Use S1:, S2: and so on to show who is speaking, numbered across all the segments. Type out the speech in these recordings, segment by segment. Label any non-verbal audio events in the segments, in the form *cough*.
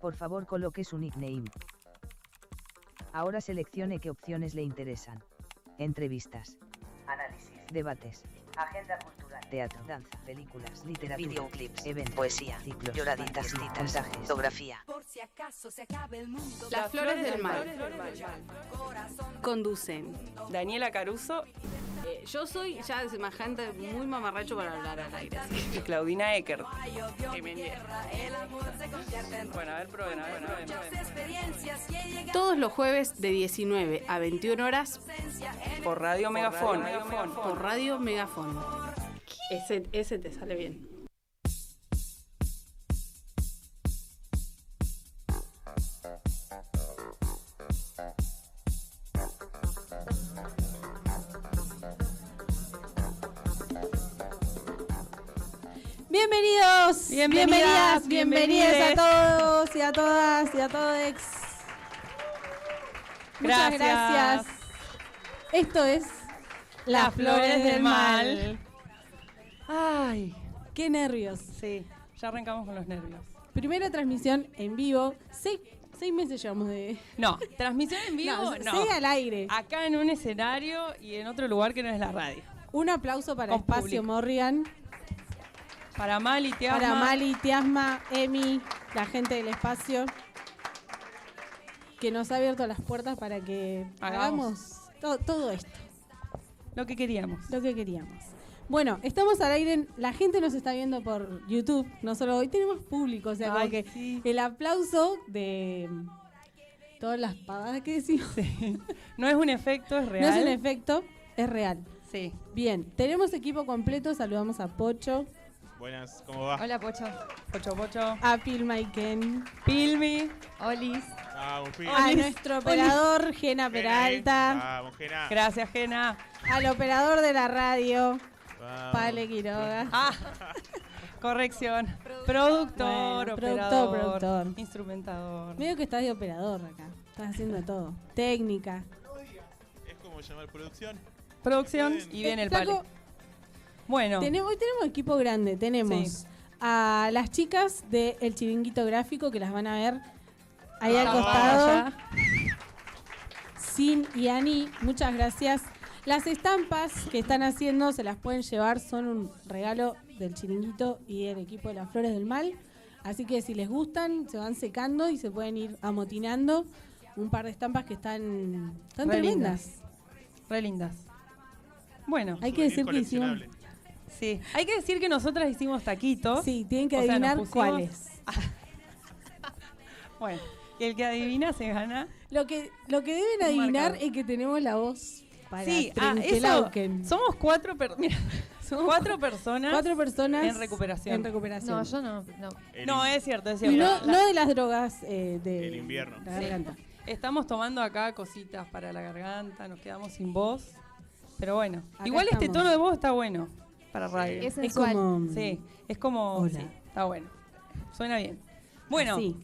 S1: por favor coloque su nickname. Ahora seleccione qué opciones le interesan. Entrevistas,
S2: Análisis.
S1: debates,
S2: Agenda cultural.
S1: teatro, danza, películas, literatura,
S2: Videoclips.
S1: eventos,
S2: Poesía.
S1: ciclos,
S2: Lloraditas.
S1: banquetes,
S2: Citas.
S1: montajes.
S2: Fotografía.
S3: Por si acaso se acaba el mundo.
S4: Las flores del mal.
S3: Corazón.
S4: Conducen.
S5: Daniela Caruso
S4: Eh, yo soy ya semejante, muy mamarracho para hablar al aire. así
S5: y Claudina Eckert.
S3: Rayo, Dios,
S5: Qué bien.
S3: tierra, el amor se convierte en
S5: Bueno, a ver, prueben, a ver, a ver, a
S3: muchas
S5: ver.
S3: experiencias y he
S4: que-
S3: llegado
S4: Todos los jueves de 19 a 21 horas
S3: a la esencia en
S5: Por Radio Megafón.
S4: por Radio Megafón. Ese, ese te sale bien.
S6: Bienvenidos,
S4: Bienvenidas,
S6: bienvenidas, bienvenidas
S4: bienvenides.
S6: a todos y a todas y a todos. Muchas
S5: Gracias.
S6: gracias. Esto es Las Flores del Mal.
S5: Ay,
S6: Qué nervios.
S5: sí, ya arrancamos con los nervios.
S6: Primera transmisión en vivo. Seis, seis meses llevamos de.
S5: No, transmisión en vivo, no. Ah.
S6: Seis al aire.
S5: Acá en un escenario y en otro lugar que no es la radio.
S6: Un aplauso para
S5: Con
S6: Espacio
S5: público.
S6: Morrigan,
S5: Para Mali, te
S6: para
S5: ama.
S6: Mali, Tiasma, Emi, la gente del espacio, que nos ha abierto las puertas para que
S5: Hagamos.
S6: hagamos, to- todo esto.
S5: Lo que queríamos.
S6: Lo que queríamos. Bueno, estamos al aire. La gente nos está viendo por YouTube. No solo hoy tenemos público, o sea,
S5: Ay,
S6: como que
S5: sí.
S6: el aplauso de todas las pavadas que decimos *laughs*
S5: No es un efecto, es real.
S6: no es un efecto, es real.
S5: Sí.
S6: Bien, tenemos equipo completo. Saludamos a Pocho,
S7: Buenas, ¿cómo va?
S8: Hola Pocho.
S5: Pocho Pocho.
S6: a Phil Maiken,
S5: Pilmi.
S8: Olis.
S7: Ah, un fin.
S6: a
S5: Olis,
S6: nuestro
S5: Olis.
S6: operador Gena
S7: Gena,
S6: Peralta,
S7: eh. Vamos, Gena.
S5: Gracias, Jena.
S6: al operador de la radio,
S7: Vamos.
S6: Pale Quiroga.
S5: Ah, *laughs* corrección. Productor,
S6: Bueno,
S5: operador,
S6: productor, productor.
S5: instrumentador.
S6: Medio que estás de operador acá. Estás haciendo de todo. Técnica.
S7: Es como llamar producción.
S5: Producción
S7: Bien.
S5: y viene el
S6: Flaco,
S5: palo. Bueno,
S6: Tenemos- hoy tenemos equipo grande, tenemos
S5: Sí.
S6: a las chicas de El Chiringuito Gráfico que las van a ver ahí al
S7: Ah,
S6: costado. Sin y Ani, muchas gracias. Las estampas que están haciendo se las pueden llevar, son un regalo del Chiringuito y del equipo de las Flores del Mal. Así que si les gustan, se van secando y se pueden ir amotinando. Un par de estampas que están, están
S5: Re
S6: tremendas.
S5: re lindas. Bueno,
S6: Hay que decir que
S7: Souvenir
S6: hicieron.
S7: coleccionable.
S5: sí. Hay que decir que nosotras hicimos taquitos.
S6: Sí, tienen que
S5: O sea, nos
S6: adivinar
S5: pusimos-
S6: cuáles.
S5: Bueno, y el que adivina se gana.
S6: Lo que, lo que deben
S5: Un
S6: adivinar
S5: marcador.
S6: es que tenemos la voz para
S5: sí, ah, eso.
S6: Trenkelauken.
S5: Somos cuatro, per-
S6: *laughs*
S5: mira, cuatro personas.
S6: cuatro personas
S5: en recuperación.
S6: en recuperación.
S8: No, yo no. no.
S7: El
S5: No,
S7: in-
S5: es cierto, es
S6: Y
S5: cierto.
S6: no,
S5: La-
S6: no de las drogas eh, de
S7: El invierno.
S6: la garganta.
S5: Estamos tomando acá cositas para la garganta, nos quedamos sin voz. Pero bueno,
S6: Acá
S5: igual este
S6: estamos.
S5: tono de voz está bueno para radio.
S8: Es
S6: Es
S8: sensual.
S6: como
S5: Sí, es como.
S6: Mm. Hola.
S5: sí, está bueno. Suena bien. Bueno,
S6: sí,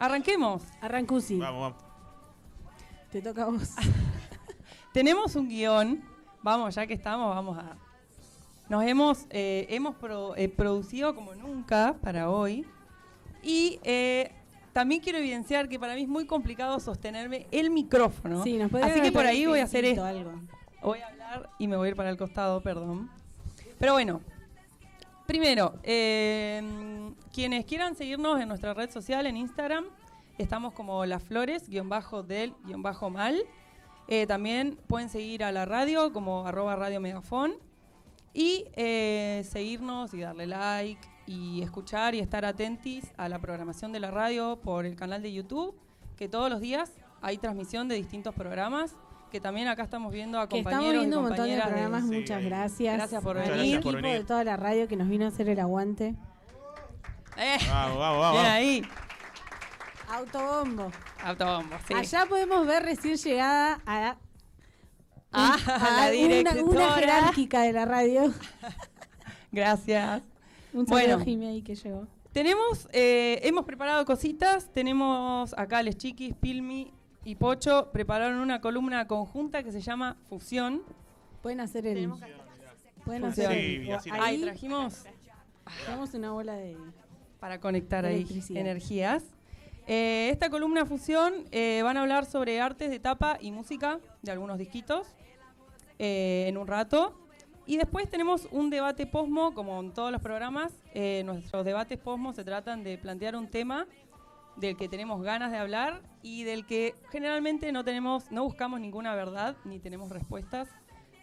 S5: arranquemos.
S6: Arrancusi,
S7: Vamos, vamos.
S6: te toca a vos.
S5: Ah, Tenemos un guión. Vamos, ya que estamos, vamos a. Nos hemos, eh, hemos pro- eh, producido como nunca para hoy. Y eh, también quiero evidenciar que para mí es muy complicado sostenerme el micrófono.
S6: Sí, nos podrías
S5: Así que por
S6: hablar
S5: ahí
S6: un
S5: voy a hacer
S6: pedacito,
S5: esto.
S6: algo.
S5: Voy a hablar y me voy a ir para el costado, perdón. Pero bueno, primero, eh, quienes quieran seguirnos en nuestra red social, en Instagram, estamos como Las Flores, guión bajo del, guión bajo mal. Eh, también pueden seguir a la radio como arroba radio megafón y eh, seguirnos y darle like y escuchar y estar atentis a la programación de la radio por el canal de YouTube, que todos los días hay transmisión de distintos programas, que también acá estamos viendo a
S6: Que estamos
S5: compañeros
S6: viendo
S5: y
S6: un montón de
S5: compañeras de-
S6: programas,
S7: sí,
S6: muchas
S7: ahí.
S6: gracias.
S5: Gracias por
S6: al
S5: venir. Gracias
S7: por
S6: equipo de
S7: venir.
S6: toda la radio que nos vino a hacer el aguante.
S5: *laughs* Eh,
S7: Vamos, vamos,
S5: bien
S7: vamos.
S5: ahí.
S6: Autobombo.
S5: Autobombo, sí.
S6: Allá podemos ver recién llegada a,
S5: Ah,
S6: a
S5: la
S6: una,
S5: directora.
S6: una jerárquica de la radio.
S5: Gracias.
S6: Un saludo
S5: Bueno.
S6: a Jimmy ahí que llegó.
S5: Tenemos, eh, hemos preparado cositas. Tenemos acá les chiquis, Pilmi y Pocho prepararon una columna conjunta que se llama Fusión.
S6: Pueden hacer el. Pueden
S5: Funciona.
S6: hacer
S7: Sí, y así
S6: el.
S7: no.
S5: Ahí
S6: Ahí
S5: trajimos
S6: tenemos una bola de.
S5: para conectar ahí
S6: Electricidad.
S5: energías. Eh, esta columna fusión eh, van a hablar sobre artes de tapa y música de algunos disquitos eh, en un rato. Y después tenemos un debate posmo, como en todos los programas. Eh, nuestros debates posmo se tratan de plantear un tema del que tenemos ganas de hablar y del que generalmente no tenemos, no buscamos ninguna verdad ni tenemos respuestas.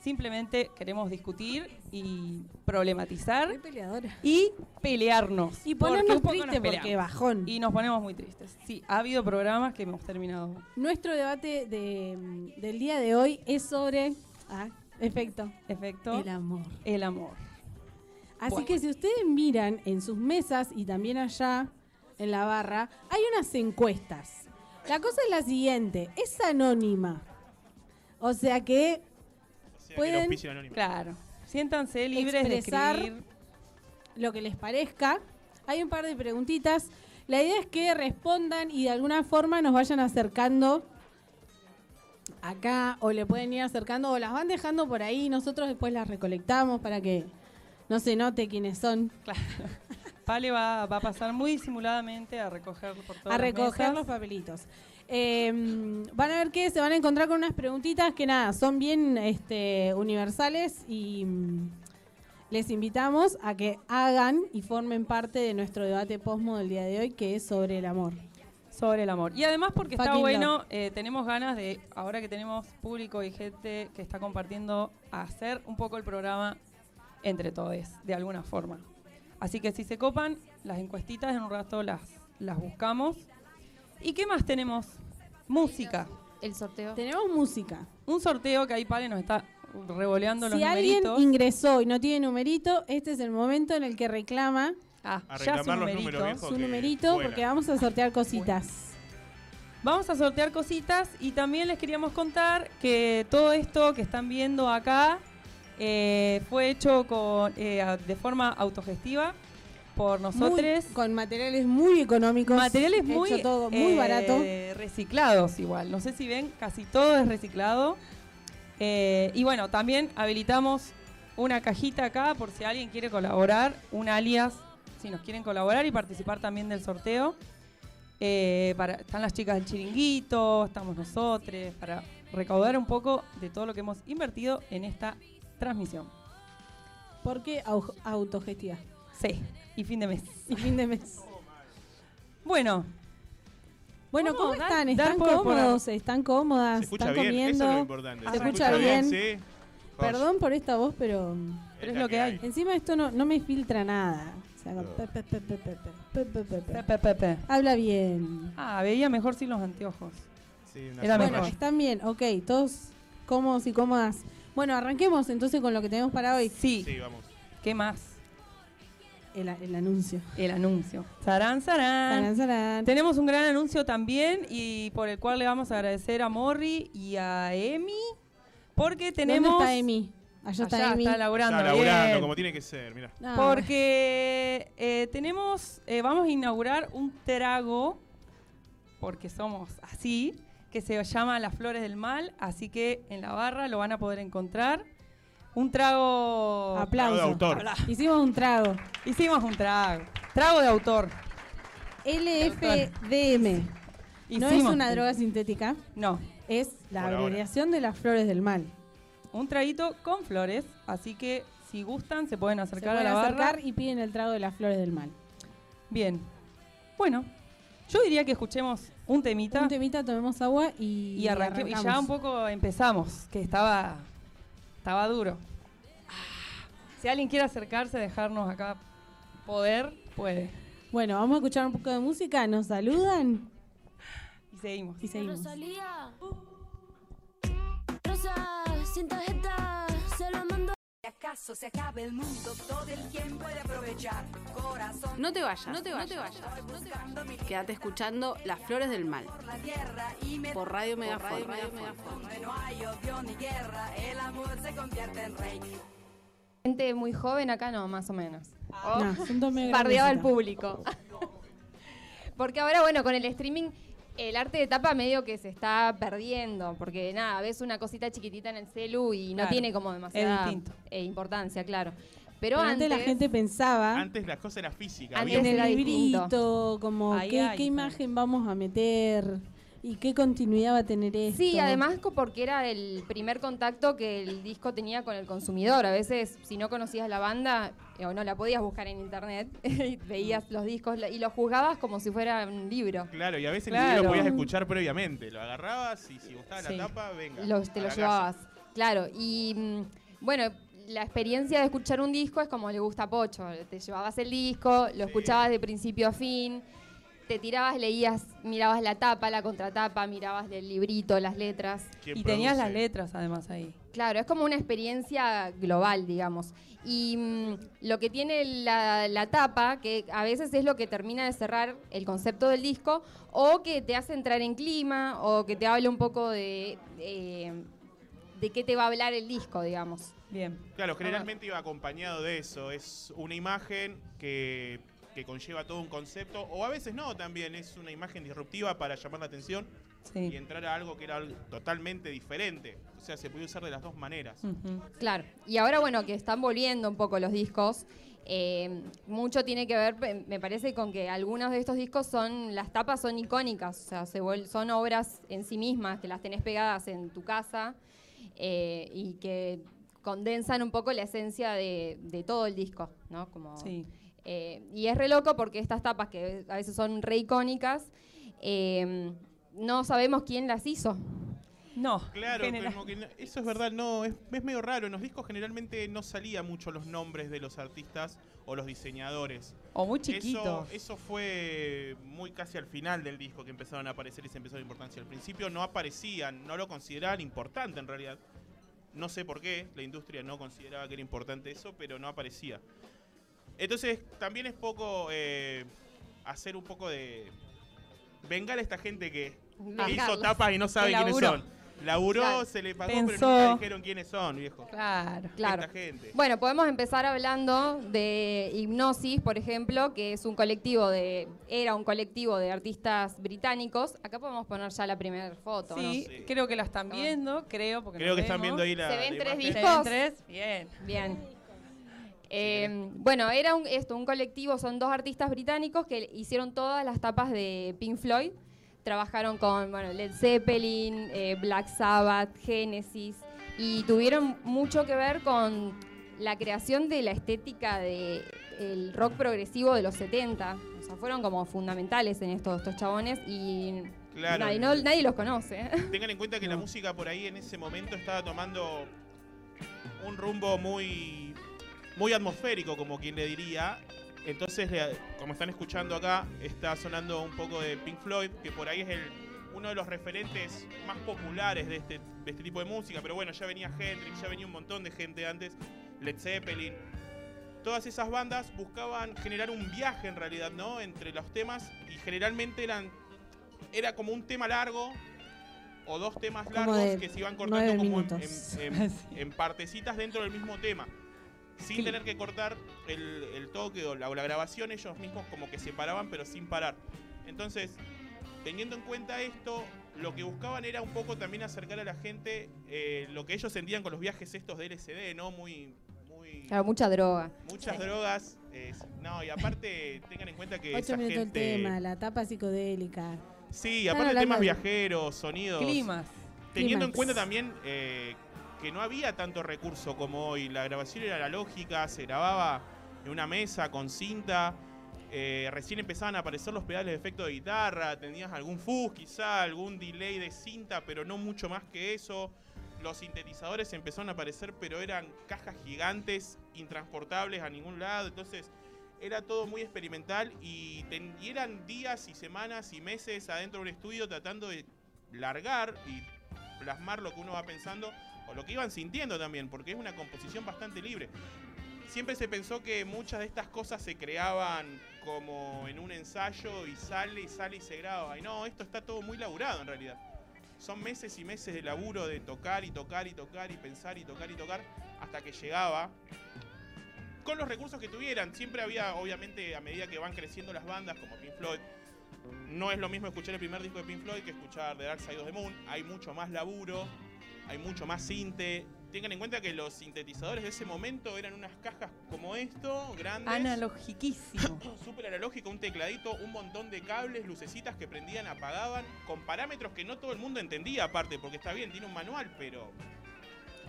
S5: Simplemente queremos discutir y problematizar
S6: Qué peleadora.
S5: y pelearnos.
S6: Y
S5: Porque un
S6: ponernos
S5: poco nos
S6: triste porque
S5: peleamos.
S6: bajón.
S5: Y nos ponemos muy tristes. Sí, ha habido programas que hemos terminado.
S6: Nuestro debate de, mm, del día de hoy es sobre. Ah, efecto.
S5: Efecto.
S6: El amor.
S5: El amor.
S6: Así
S5: Bueno.
S6: que si ustedes miran en sus mesas y también allá en la barra, hay unas encuestas. La cosa es la siguiente: es anónima. O sea que
S7: O sea,
S6: Pueden-
S7: que el auspicio anónimo.
S5: Claro. Siéntanse libres
S6: Expresar.
S5: de escribir.
S6: lo que les parezca. Hay un par de preguntitas. La idea es que respondan y de alguna forma nos vayan acercando acá o le pueden ir acercando o las van dejando por ahí. Nosotros después las recolectamos para que no se note quiénes son.
S5: Claro. Pale va, va a pasar muy disimuladamente a recoger por todas
S6: a
S5: las
S6: recoger
S5: mesas.
S6: los papelitos. Eh, van a ver que se van a encontrar con unas preguntitas que nada, son bien este, universales y mm, les invitamos a que hagan y formen parte de nuestro debate posmo del día de hoy que es sobre el amor.
S5: sobre el amor. Y además porque está
S6: Fucking
S5: bueno, eh, tenemos ganas de, ahora que tenemos público y gente que está compartiendo, hacer un poco el programa entre todos, de alguna forma. Así que si se copan, las encuestitas en un rato las, las buscamos. ¿Y qué más tenemos? Música.
S8: El sorteo.
S6: Tenemos música.
S5: Un sorteo que ahí Pale nos está revoleando los
S6: si alguien
S5: numeritos.
S6: ingresó y no tiene numerito, este es el momento en el que reclama
S5: Ah, ya
S7: A
S5: su
S7: reclamar los
S5: numerito.
S7: números viejos.
S6: su
S7: que
S6: numerito
S7: vuela.
S6: porque vamos a sortear cositas.
S5: Vamos a sortear cositas y también les queríamos contar que todo esto que están viendo acá eh, fue hecho con, eh, a- de forma autogestiva por nosotros.
S6: Muy- con materiales muy económicos.
S5: Materiales
S6: hecho
S5: muy,
S6: todo muy
S5: eh,
S6: barato.
S5: reciclados igual. No sé si ven, casi todo es reciclado. Eh, y bueno, también habilitamos una cajita acá por si alguien quiere colaborar, un alias, si nos quieren colaborar y participar también del sorteo. Eh, para, están las chicas del chiringuito, estamos nosotros, para recaudar un poco de todo lo que hemos invertido en esta transmisión.
S6: Porque au- autogestiva.
S5: Sí, y fin de mes.
S6: *laughs* Y fin
S5: *laughs*
S6: de mes.
S5: Bueno,
S6: Bueno,
S5: ¿Cómo?
S6: ¿cómo
S5: Dar-
S6: están?
S5: dar
S6: ¿Están
S5: por- por-
S6: cómodos? ¿Están cómodas?
S7: Se escucha
S6: ¿Están
S7: bien,
S6: comiendo?
S7: eso es lo importante.
S5: Se
S7: Se
S5: escucha
S7: escucha bien,
S6: bien.
S7: sí. Joya.
S6: Perdón por esta voz, pero
S5: pero es lo que hay.
S6: encima esto no, no me filtra nada. O sea, pe- pe- pe- pe- pe- pe- pe- pe- pe- pe.
S5: Pepe, Pepe.
S6: Habla bien.
S5: Ah, veía mejor sin los anteojos.
S7: Sí,
S5: Era
S7: una sola
S6: Bueno,
S5: mejor.
S7: raya.
S6: están bien, ok, todos cómodos y cómodas. Bueno, arranquemos entonces con lo que tenemos para hoy,
S5: Sí,
S7: Sí, vamos.
S5: ¿qué más?
S6: el, el anuncio.
S5: El anuncio. Sarán, sarán.
S6: Sarán, sarán.
S5: Tenemos un gran anuncio también y por el cual le vamos a agradecer a Morri y a Emi porque tenemos...
S6: ¿Dónde está Emi? Allá está
S5: Allá
S6: Emi.
S5: está laburando.
S7: Está laburando
S5: bien.
S7: como tiene que ser, mira.
S6: Ah,
S5: Porque eh, tenemos, eh, vamos a inaugurar un trago, porque somos así, que se llama Las Flores del Mal, así que en la barra lo van a poder encontrar. Un trago...
S6: Aplauso.
S7: Trago de autor.
S6: Hicimos un trago.
S5: Hicimos un trago. Trago de autor.
S6: LFDM. No es
S5: Hicimos-
S6: una droga sintética,
S5: No,
S6: es la
S7: Por ahora.
S6: abreviación de las flores del mal.
S5: un traguito con flores, así que si gustan se pueden
S6: Se
S5: acercar
S6: pueden
S5: a la barra.
S6: acercar y piden el trago de las flores del mal.
S5: Bien. Bueno, yo diría que escuchemos un temita
S6: Un temita, tomemos agua y,
S5: y, arranque- y ya un poco empezamos, que estaba estaba duro. Ah, Si alguien quiere acercarse, dejarnos acá poder, puede.
S6: Bueno, vamos a escuchar un poco de música, nos saludan
S5: Y seguimos.
S6: y seguimos.
S9: Rosalía. Rosa, sin tarjeta, se lo mando.
S3: Si acaso se acaba el mundo, todo el tiempo hay de aprovechar. Corazón
S4: No te vayas, no te vayas, no te vayas.
S3: buscando mi
S4: Quédate escuchando Las Flores del Mal
S3: por la tierra y me
S4: por Radio Megafon.
S3: Radio Megafon, donde no hay odio ni guerra, el amor se convierte en rey.
S8: Gente muy joven acá, no, más o menos. Oh.
S6: No, son dos medio
S8: Bardeaba al
S6: grandecitas.
S8: público. *laughs* porque ahora, bueno, con el streaming, el arte de tapa medio que se está perdiendo. Porque nada, ves una cosita chiquitita en el celu y no
S5: Claro,
S8: tiene como demasiada
S5: distinto.
S8: eh, importancia, claro. Pero,
S6: Pero antes, la gente pensaba
S7: Antes las cosas eran físicas.
S8: Antes
S7: había
S6: en
S8: era
S6: el
S8: distinto.
S6: librito, como
S5: Ahí
S6: qué,
S5: hay,
S6: qué
S5: sí.
S6: imagen vamos a meter y qué continuidad va a tener esto.
S8: Sí, además co- porque era el primer contacto que el disco tenía con el consumidor. A veces, si no conocías la banda eh, o no la podías buscar en internet, *laughs* y veías los discos la- y los juzgabas como si fuera un libro.
S7: Claro, y a veces ni
S5: Claro.
S7: lo podías escuchar previamente. Lo agarrabas y si gustaba
S5: Sí.
S7: la tapa, venga.
S8: Los- te
S7: a
S8: lo
S7: la
S8: llevabas. Claro, y mm, bueno, la experiencia de escuchar un disco es como le gusta a Pocho. Te llevabas el disco, lo escuchabas de principio a fin, te tirabas, leías, mirabas la tapa, la contratapa, mirabas el librito, las letras.
S7: casa. ¿Quién
S5: Y tenías
S7: produce?
S5: las letras además ahí.
S8: Claro, es como una experiencia global, digamos. Y mm, lo que tiene la, la tapa, que a veces es lo que termina de cerrar el concepto del disco, o que te hace entrar en clima, o que te habla un poco de, eh, de qué te va a hablar el disco, digamos.
S5: Bien.
S7: Claro, generalmente iba acompañado de eso. Es una imagen que, que conlleva todo un concepto. O a veces no, también es una imagen disruptiva para llamar la atención y
S5: Sí.
S7: entrar a algo que era algo totalmente diferente. O sea, se podía usar de las dos maneras.
S5: Ujú.
S8: Claro, y ahora bueno, que están volviendo un poco los discos, eh, mucho tiene que ver, pe- me parece, con que algunos de estos discos son, las tapas son icónicas, o sea, se vuel- son obras en sí mismas, que las tenés pegadas en tu casa eh, y que condensan un poco la esencia de, de todo el disco, ¿no? Como,
S5: Sí.
S8: eh, y es re loco porque estas tapas, que a veces son re icónicas, eh, no sabemos quién las hizo.
S5: No.
S7: Claro,
S5: general-
S7: como que no- eso es verdad, no, es, es medio raro. En los discos generalmente no salía mucho los nombres de los artistas o los diseñadores.
S5: O muy
S7: Eso-
S5: chiquito.
S7: Eso, fue muy casi al final del disco que empezaron a aparecer y se empezó la importancia. Al principio no aparecían, no lo consideraban importante en realidad. No sé por qué, la industria no consideraba que era importante eso, pero no aparecía. Entonces también es poco eh, hacer un poco de... Vengar a esta gente que hizo
S8: Bajarlas.
S7: tapas y no sabe
S5: Que
S7: quiénes
S5: laburó.
S7: son. Laburó,
S8: Claro.
S7: se le pagó,
S5: Pensó.
S7: pero nunca dijeron quiénes son, viejo.
S5: Claro.
S8: Claro.
S7: Esta gente.
S8: Bueno, podemos empezar hablando de Hipnosis, por ejemplo, que es un colectivo de. era un colectivo de artistas británicos. Acá podemos poner ya la primera foto.
S5: Sí,
S7: Sí.
S5: creo que la están viendo, creo, porque
S7: Creo
S5: no
S7: que están
S5: vemos.
S7: viendo ahí la...
S8: Se ven
S7: la
S8: tres
S7: imagen.
S5: ¿Se
S8: Chicos.
S5: ven tres? Bien.
S8: ¿no? Bien. Eh, bueno, era un, esto, un colectivo, son dos artistas británicos que hicieron todas las tapas de Pink Floyd. Trabajaron con bueno, Led Zeppelin, eh, Black Sabbath, Genesis y tuvieron mucho que ver con la creación de la estética del rock progresivo de los 70. O sea, fueron como fundamentales en estos, estos chabones y
S7: Claro.
S8: nadie, no- nadie los conoce.
S7: Tengan en cuenta que la música por ahí en ese momento estaba tomando un rumbo muy, muy atmosférico, como quien le diría. Entonces, le- como están escuchando acá, está sonando un poco de Pink Floyd, que por ahí es el, uno de los referentes más populares de este, de este tipo de música. Pero bueno, ya venía Hendrix, ya venía un montón de gente antes, Led Zeppelin. Todas esas bandas buscaban generar un viaje en realidad, ¿no? Entre los temas y generalmente eran era como un tema largo o dos temas
S6: Como
S7: largos
S6: de
S7: que se iban
S6: nueve
S7: cortando como en,
S6: minutos.
S7: en-
S6: *laughs*
S7: en- en partecitas dentro del mismo tema. Sin tener que cortar el, el toque o la, o la grabación, ellos mismos como que se paraban pero sin parar. Entonces, teniendo en cuenta esto, lo que buscaban era un poco también acercar a la gente eh, lo que ellos sentían con los viajes estos de LSD, ¿no? Muy... muy
S6: Ah,
S8: Claro, mucha droga.
S7: Muchas drogas. eh, no, y aparte *laughs* tengan en cuenta que
S6: Ocho
S7: esa
S6: minutos el
S7: gente...
S6: tema, la tapa psicodélica.
S7: Sí,
S6: Están
S7: aparte
S6: hablando
S7: temas
S6: de-
S7: viajeros, sonidos.
S5: Climas.
S7: Teniendo en
S6: Clímax.
S7: cuenta también eh, que no había tanto recurso como hoy. La grabación era la lógica, se grababa en una mesa con cinta. eh, recién empezaban a aparecer los pedales de efecto de guitarra. Tenías algún fuzz, quizá, algún delay de cinta, pero no mucho más que eso. Los sintetizadores empezaron a aparecer, pero eran cajas gigantes, intransportables a ningún lado. Entonces era todo muy experimental y, ten- y eran días y semanas y meses adentro de un estudio tratando de largar y plasmar lo que uno va pensando o lo que iban sintiendo también, porque es una composición bastante libre. Siempre se pensó que muchas de estas cosas se creaban como en un ensayo y sale y sale y se graba. Y no, esto está todo muy laburado en realidad. Son meses y meses de laburo de tocar y tocar y tocar y pensar y tocar y tocar hasta que llegaba con los recursos que tuvieran. Siempre había, obviamente, a medida que van creciendo las bandas como Pink Floyd, no es lo mismo escuchar el primer disco de Pink Floyd que escuchar The Dark Side of the Moon. Hay mucho más laburo, hay mucho más sinte. Tengan en cuenta que los sintetizadores de ese momento eran unas cajas como esto, grandes.
S5: Ah, Analogiquísimo.
S7: Súper analógico, un tecladito, un montón de cables, lucecitas que prendían, apagaban, con parámetros que no todo el mundo entendía aparte, porque está bien, tiene un manual, pero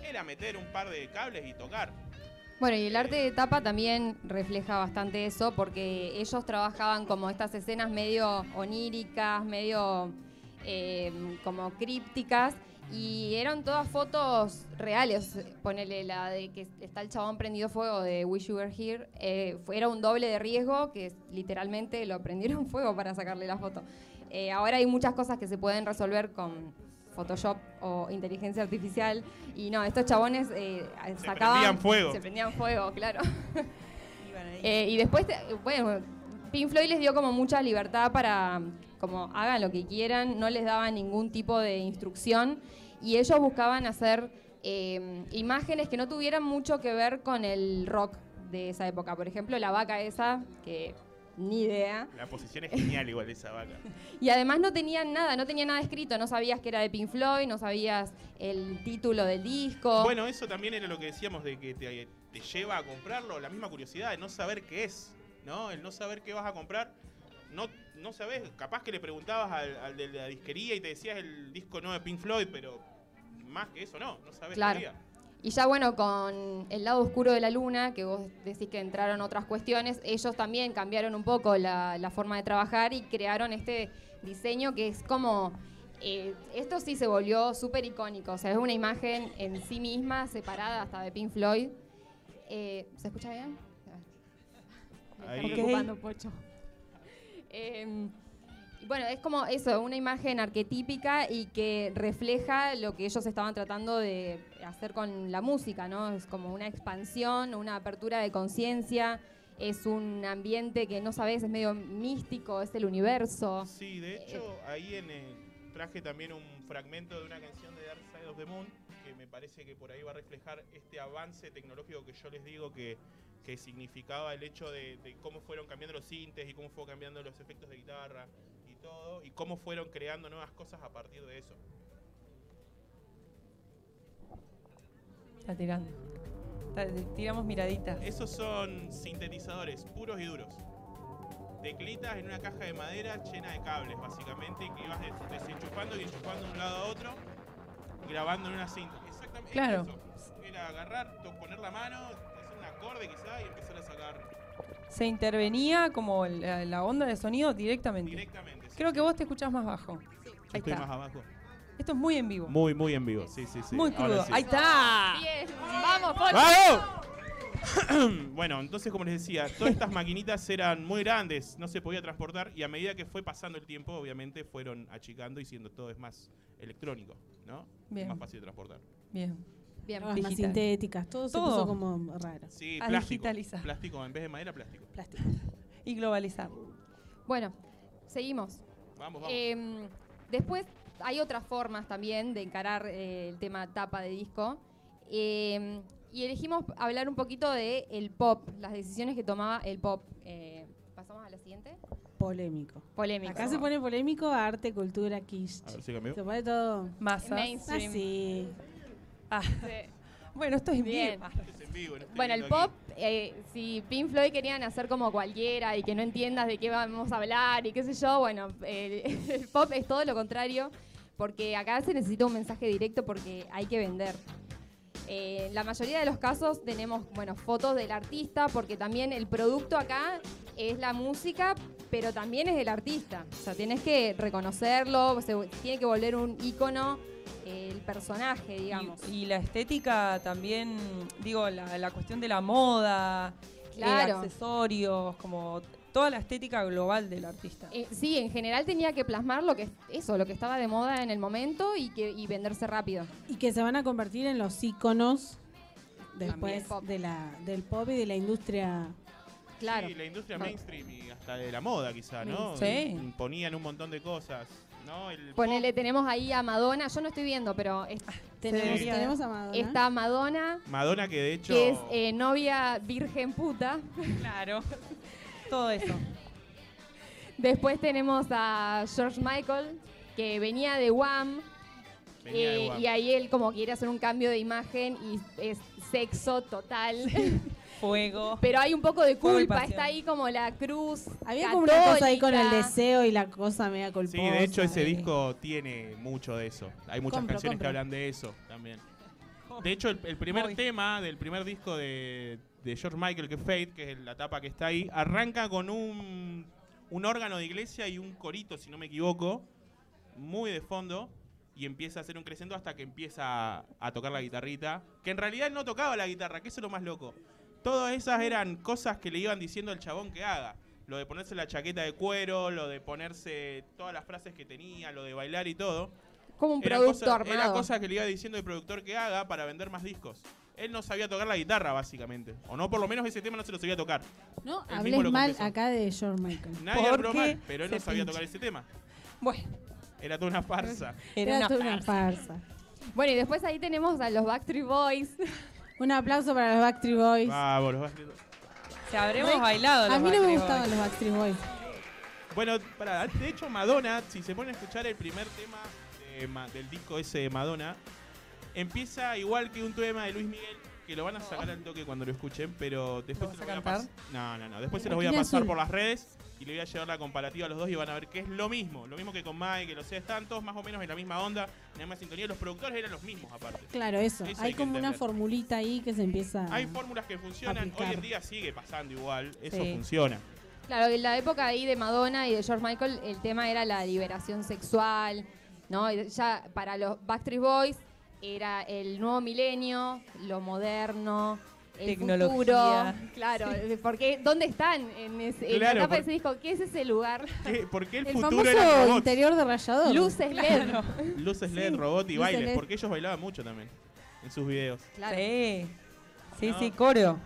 S7: era meter un par de cables y tocar.
S8: Bueno, y el arte de tapa también refleja bastante eso, porque ellos trabajaban como estas escenas medio oníricas, medio eh, como crípticas, y eran todas fotos reales. Ponele la de que está el chabón prendido fuego de Wish You Were Here, eh, fue- era un doble de riesgo que literalmente lo prendieron *laughs* fuego para sacarle la foto. Eh, ahora hay muchas cosas que se pueden resolver con Photoshop o inteligencia artificial, y no, estos chabones eh, sacaban.
S7: prendían fuego.
S8: Se prendían fuego, claro. *laughs*
S5: Iban ahí.
S8: Eh, y después, te- bueno, Pink Floyd les dio como mucha libertad para, como hagan lo que quieran, no les daban ningún tipo de instrucción y ellos buscaban hacer eh, imágenes que no tuvieran mucho que ver con el rock de esa época. Por ejemplo, la vaca esa, que ni idea.
S7: La posición es genial igual de esa vaca.
S8: Y además no tenían nada, no tenía nada escrito, no sabías que era de Pink Floyd, no sabías el título del disco.
S7: Bueno, eso también era lo que decíamos de que te, te lleva a comprarlo, la misma curiosidad de no saber qué es, ¿no? El no saber qué vas a comprar, no, no sabes, capaz que le preguntabas al, al de la disquería y te decías el disco no de Pink Floyd, pero más que eso no, no sabes
S8: Claro.
S7: todavía.
S8: Y ya bueno, con el lado oscuro de la luna, que vos decís que entraron otras cuestiones, ellos también cambiaron un poco la, la forma de trabajar y crearon este diseño que es como... eh, esto sí se volvió súper icónico, o sea, es una imagen en sí misma, separada hasta de Pink Floyd. Eh, ¿Se escucha bien? Me
S7: Ahí.
S8: está preocupando, Pocho. *laughs* Eh, y bueno, es como eso, una imagen arquetípica y que refleja lo que ellos estaban tratando de hacer con la música, ¿no? Es como una expansión, una apertura de conciencia, es un ambiente que no sabes, es medio místico, es el universo.
S7: Sí, de hecho, ahí en el- traje también un fragmento de una canción de Dark Side of the Moon que me parece que por ahí va a reflejar este avance tecnológico que yo les digo que, que significaba el hecho de, de cómo fueron cambiando los sintes y cómo fue cambiando los efectos de guitarra y todo, y cómo fueron creando nuevas cosas a partir de eso.
S5: Está tirando. Está- eh, tiramos miraditas.
S7: Esos son sintetizadores puros y duros. Teclitas en una caja de madera llena de cables, básicamente, que ibas des- desenchufando y enchufando de un lado a otro, grabando en una cinta. Exactamente.
S5: Claro.
S7: eso. Era agarrar, to- poner la mano, hacer un acorde quizá y empezar a sacar
S5: Se intervenía como la, la onda de sonido directamente.
S7: directamente. sí.
S5: Creo que vos te escuchás más bajo. Ahí
S7: Estoy
S5: está.
S7: más abajo.
S5: Esto es muy en vivo.
S7: Muy, muy en vivo. Sí, sí, sí.
S5: Muy
S7: Ahora
S5: crudo.
S7: sí.
S5: Ahí está.
S8: Bien, vamos, Pocho.
S7: ¡Vamos! bueno, entonces como les decía, todas estas maquinitas eran muy grandes, no se podía transportar y a medida que fue pasando el tiempo, obviamente fueron achicando y siendo todo es más electrónico, ¿no?
S5: Bien.
S7: Más fácil de transportar.
S5: Bien.
S8: Bien.
S6: Drogas más
S5: Digital.
S6: sintéticas, todo, se
S5: Todo.
S6: puso como raro.
S7: Sí,
S5: A
S7: plástico.
S5: digitalizar.
S7: Plástico en vez de madera, plástico.
S6: Plástico.
S5: Y globalizar.
S8: Bueno, seguimos.
S7: Vamos, vamos.
S8: Em, después hay otras formas también de encarar eh, el tema tapa de disco. Em, y elegimos hablar un poquito de el pop, las decisiones que tomaba el pop. Eh, Pasamos a la siguiente.
S6: Polémico.
S8: Polémica.
S6: Acá se pone polémico arte, cultura, quiche.
S7: a ver, sigue amigo.
S6: Se pone todo
S5: Masas.
S8: Mainstream.
S6: así.
S5: Ah,
S8: Sí.
S5: *laughs* bueno, esto es en
S8: Bien.
S5: vivo.
S7: Este es en vivo, en este
S8: Bueno, el
S7: lindo aquí.
S8: pop, eh, si Pink Floyd querían hacer como cualquiera y que no entiendas de qué vamos a hablar y qué sé yo, bueno, el, *laughs* el pop es todo lo contrario, porque acá se necesita un mensaje directo porque hay que vender. Eh, en la mayoría de los casos tenemos, bueno, fotos del artista, porque también el producto acá es la música, pero también es el artista. O sea, tienes que reconocerlo, se- tiene que volver un ícono eh, el personaje, digamos.
S5: Y, y la estética también, digo, la, la cuestión de la moda, eh,
S8: Claro.
S5: accesorios, como toda la estética global del artista.
S8: Eh, sí, en general tenía que plasmar lo que eso, lo que estaba de moda en el momento y que y venderse rápido.
S6: Y que se van a convertir en los íconos después
S8: También pop.
S6: de la, del pop y de la industria.
S8: Claro.
S7: Sí, la industria
S8: Bueno.
S7: mainstream y hasta de la moda quizá, ¿no?
S5: Sí.
S7: Imponían un montón de cosas, ¿no? El pop-
S8: Ponele, tenemos ahí a Madonna, yo no estoy viendo, pero es-
S6: Tenemos,
S7: Sí.
S6: tenemos a Madonna.
S8: está Madonna,
S7: Madonna que de hecho...
S8: que es eh, novia virgen puta. *laughs*
S5: Claro. *laughs* Todo eso.
S8: Después tenemos a George Michael, que venía de Wham.
S7: venía de
S8: eh,
S7: Guam.
S8: y ahí él como quiere hacer un cambio de imagen y es sexo total.
S5: fuego.
S8: *laughs* Pero hay un poco de
S5: Fuego y
S8: culpa,
S5: pasión.
S8: está ahí como la cruz.
S6: Había como una cosa ahí con el
S8: católica.
S6: deseo y la cosa media culposa.
S7: Sí, de hecho ese
S6: eh.
S7: disco tiene mucho de eso. Hay muchas
S6: Compro,
S7: canciones
S6: compro.
S7: que hablan de eso también. De hecho, el, el primer
S5: Voy.
S7: tema del primer disco de, de George Michael, que es Faith, que es la tapa que está ahí, arranca con un, un órgano de iglesia y un corito, si no me equivoco, muy de fondo, y empieza a hacer un crescendo hasta que empieza a, a tocar la guitarrita, que en realidad él no tocaba la guitarra, que eso es lo más loco. Todas esas eran cosas que le iban diciendo al chabón que haga. Lo de ponerse la chaqueta de cuero, lo de ponerse todas las frases que tenía, lo de bailar y todo.
S8: Como un
S7: Era
S8: producto
S7: cosa-
S8: armado.
S7: Era cosa que le iba diciendo el productor que haga para vender más discos. Él no sabía tocar la guitarra, básicamente. O no, por lo menos ese tema no se lo sabía tocar.
S6: No
S7: mismo
S6: hables
S7: lo
S6: mal
S7: confesó.
S6: acá de George Michael.
S7: Nadie
S5: ¿Por
S7: habló
S5: qué
S7: mal, pero él no
S5: se
S7: sabía
S5: pincha?
S7: tocar ese tema.
S5: Bueno,
S7: Era toda una farsa.
S5: era,
S6: Era
S5: una
S6: toda una
S5: farsa.
S6: farsa.
S8: Bueno, y después ahí tenemos a los Backstreet Boys. *laughs*
S6: Un aplauso para los Backstreet Boys.
S7: Vamos, los Backstreet Boys.
S5: Se habremos bailado.
S6: A
S5: los
S6: mí no me
S5: Backstreet
S6: gustaban
S5: Boys.
S6: los Backstreet Boys.
S7: Bueno, pará, de hecho Madonna, si se pone a escuchar el primer tema de Ma- del disco ese de Madonna, empieza igual que un tema de Luis Miguel, que lo van a sacar al toque cuando lo escuchen, pero después
S5: ¿Lo
S7: se
S5: vas
S7: los voy
S5: a
S7: a
S5: cantar?
S7: pasar. No, no, no. Después se los voy a
S6: Imagina
S7: pasar
S6: azul.
S7: por las redes y le voy a llevar la comparativa a los dos y van a ver que es lo mismo. Lo mismo que con Mike, que los sea, están todos más o menos en la misma onda, en la misma sintonía. Los productores eran los mismos aparte.
S6: Claro, eso.
S7: Eso hay
S6: Hay
S7: que
S6: como una
S7: entender.
S6: formulita ahí que se empieza.
S7: Hay fórmulas que funcionan, hoy
S6: Aplicar.
S7: en día sigue pasando igual, eso
S5: Sí.
S7: funciona.
S5: *laughs*
S8: Claro, en la época ahí de Madonna y de George Michael, el tema era la liberación sexual, ¿no? Y Ya para los Backstreet Boys era el nuevo milenio, lo moderno, el
S5: Tecnología.
S8: futuro. Claro, porque ¿dónde están en, ese, en
S7: Claro,
S8: la etapa
S7: por-
S8: de ese disco? ¿Qué es ese lugar?
S7: ¿Qué- ¿Por qué Eh, el,
S6: El
S7: futuro era
S6: famoso
S7: robots?
S6: interior de rayador.
S8: Luces LED.
S7: Luces LED, robot y
S6: luces
S7: bailes,
S6: LED.
S7: porque ellos bailaban mucho también en sus videos.
S8: Claro.
S5: Sí, sí,
S7: No.
S5: sí, coreo.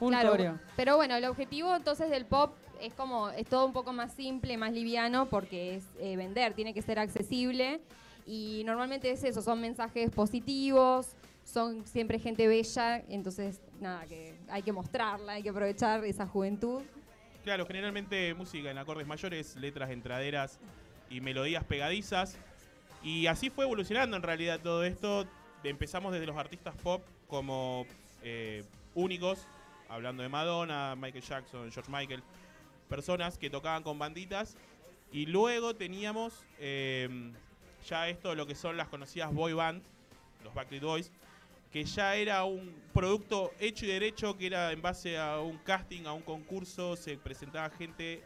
S5: Un
S8: Claro,
S5: coreo.
S8: Pero bueno, el objetivo entonces del pop es como, es todo un poco más simple, más liviano, porque es eh, vender, tiene que ser accesible. Y normalmente es eso, son mensajes positivos, son siempre gente bella, entonces nada, que hay que mostrarla, hay que aprovechar esa juventud.
S7: Claro, generalmente música en acordes mayores, letras entraderas y melodías pegadizas. Y así fue evolucionando en realidad todo esto. Empezamos desde los artistas pop como eh, únicos, hablando de Madonna, Michael Jackson, George Michael, personas que tocaban con banditas. Y luego teníamos eh, ya esto, lo que son las conocidas boy band, los Backstreet Boys, que ya era un producto hecho y derecho, que era en base a un casting, a un concurso, se presentaba gente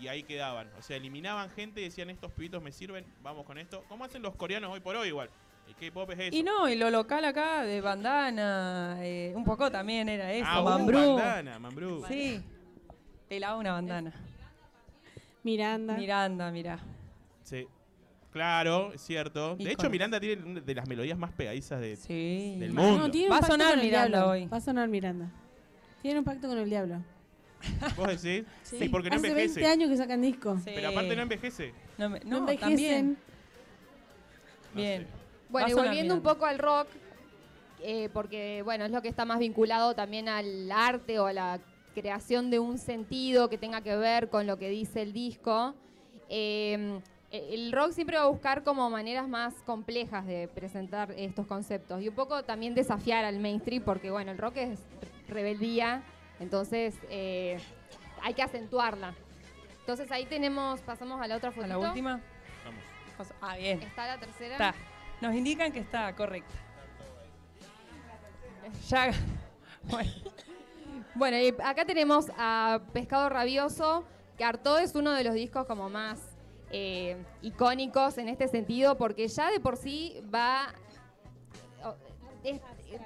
S7: y ahí quedaban. O sea, eliminaban gente y decían, estos pibitos me sirven, vamos con esto. ¿Cómo hacen los coreanos hoy por hoy igual? El K-pop es eso.
S5: Y no, y lo local acá de bandana, eh, un poco también era eso.
S7: ah, uh,
S5: Mambrú.
S7: bandana, Mambrú.
S5: Sí, pelaba una bandana.
S6: Miranda.
S5: Miranda, mirá.
S7: Sí. Claro, es cierto. De hecho,
S5: Ícono.
S7: Miranda tiene una de las melodías más pegadizas de,
S5: Sí.
S7: Eh, del
S6: No,
S7: mundo.
S6: tiene un
S5: Va a
S6: pacto
S5: sonar
S6: con el
S5: Miranda
S6: diablo.
S5: hoy.
S6: Va a sonar Miranda. Tiene un pacto con el diablo.
S7: ¿Vos decís? Sí, porque no
S6: Hace
S7: envejece.
S6: 20 años que sacan disco.
S5: Sí.
S7: Pero aparte no envejece.
S5: No, me- no,
S6: No, envejecen.
S5: también.
S7: No
S5: Bien.
S7: sé.
S8: Bueno,
S5: Va a
S8: y
S5: sonar
S8: volviendo un
S5: Miranda.
S8: poco al rock, eh, porque bueno, es lo que está más vinculado también al arte o a la creación de un sentido que tenga que ver con lo que dice el disco. Eh, el rock siempre va a buscar como maneras más complejas de presentar estos conceptos y un poco también desafiar al mainstream, porque bueno, el rock es rebeldía, entonces eh, hay que acentuarla. Entonces ahí tenemos, pasamos a la otra
S5: A
S8: fotito.
S5: la última.
S7: Vamos.
S5: Ah, bien.
S8: Está la tercera.
S5: Está. Nos indican que está correcta. Ya. *laughs* Bueno,
S8: Bueno, y acá tenemos a Pescado Rabioso, que Artó es uno de los discos como más eh, icónicos en este sentido, porque ya de por sí va... o- es-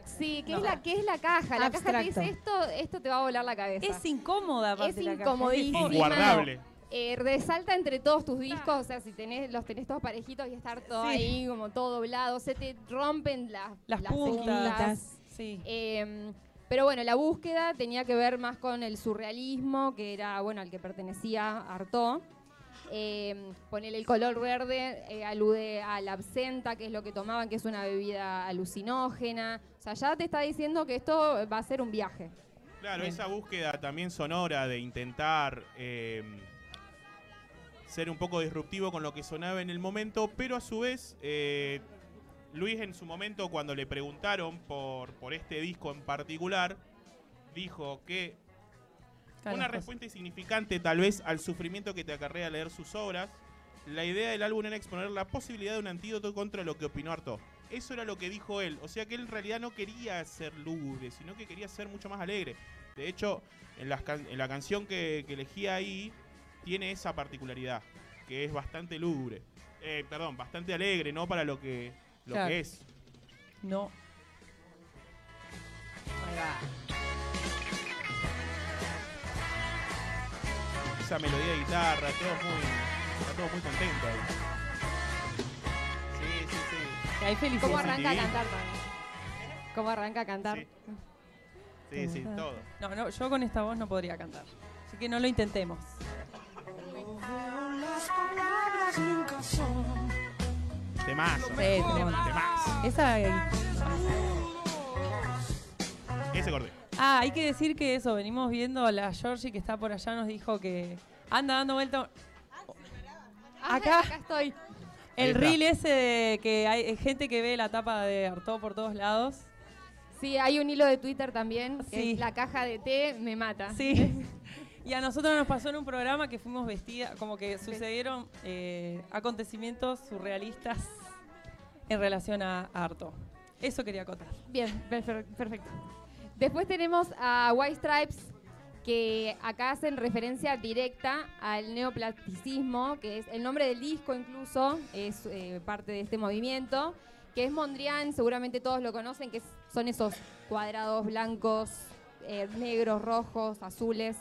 S8: sí, ¿qué, es la, ¿qué es la caja? La caja te
S6: Abstracto.
S8: dice esto, esto te va a volar la cabeza.
S5: es incómoda, aparte,
S8: Es
S5: la caja.
S8: incomodísimo.
S5: difícil.
S7: Inguardable.
S8: Eh, resalta entre todos tus discos, o sea, si tenés, los tenés todos parejitos y estar todo
S5: Sí.
S8: ahí como todo doblado, se te rompen las,
S5: Las,
S8: cejitas.
S5: puntas. Sí.
S8: Eh, pero bueno, la búsqueda tenía que ver más con el surrealismo, que era bueno al que pertenecía Artaud. Eh, poner el color verde eh, alude a la absenta, que es lo que tomaban, que es una bebida alucinógena. O sea, ya te está diciendo que esto va a ser un viaje.
S7: Claro,
S5: Bien.
S7: esa búsqueda también sonora de intentar eh, ser un poco disruptivo con lo que sonaba en el momento, pero a su vez, eh, Luis en su momento cuando le preguntaron por, por este disco en particular, dijo que una
S5: Carajos.
S7: respuesta insignificante tal vez al sufrimiento que te acarrea leer sus obras, la idea del álbum era exponer la posibilidad de un antídoto contra lo que opinó Artaud. Eso era lo que dijo él, o sea que él en realidad no quería ser lúgubre, sino que quería ser mucho más alegre. De hecho, en, las can- en la canción que, que elegí ahí, tiene esa particularidad, que es bastante lúgubre. Eh, perdón, bastante alegre, ¿no? Para lo que, lo
S5: Claro.
S7: que es.
S5: No.
S7: Esa melodía de guitarra, todos muy, está todo muy contento ahí. Sí, sí, sí.
S5: Que Hay felicidad.
S8: ¿Cómo
S7: Sí,
S8: arranca a
S7: sí.
S8: cantar? Pablo? ¿Cómo arranca a cantar?
S7: Sí. Sí, sí, todo.
S5: No, no, yo con esta voz no podría cantar. Así que no lo intentemos.
S7: Temazo.
S5: tremendo.
S7: Temazo.
S5: Esa.
S7: Ese corte.
S5: Ah, hay que decir que eso, venimos viendo a la Georgie que está por allá, nos dijo que anda dando vuelta.
S8: Ah,
S5: Acá.
S8: acá estoy.
S7: Ahí
S5: El
S7: está.
S5: reel ese de que hay eh, gente que ve la tapa de Artaud por todos lados.
S8: Sí, hay un hilo de Twitter también, que
S5: Sí.
S8: es la caja de té me mata.
S5: Sí. Y a nosotros nos pasó en un programa que fuimos vestidas, como que sucedieron eh, acontecimientos surrealistas en relación a Arto. Eso quería acotar.
S8: Bien, perfe- perfecto. Después tenemos a White Stripes, que acá hacen referencia directa al neoplasticismo, que es el nombre del disco incluso, es eh, parte de este movimiento, que es Mondrian, seguramente todos lo conocen, que es- son esos cuadrados blancos, eh, negros, rojos, azules,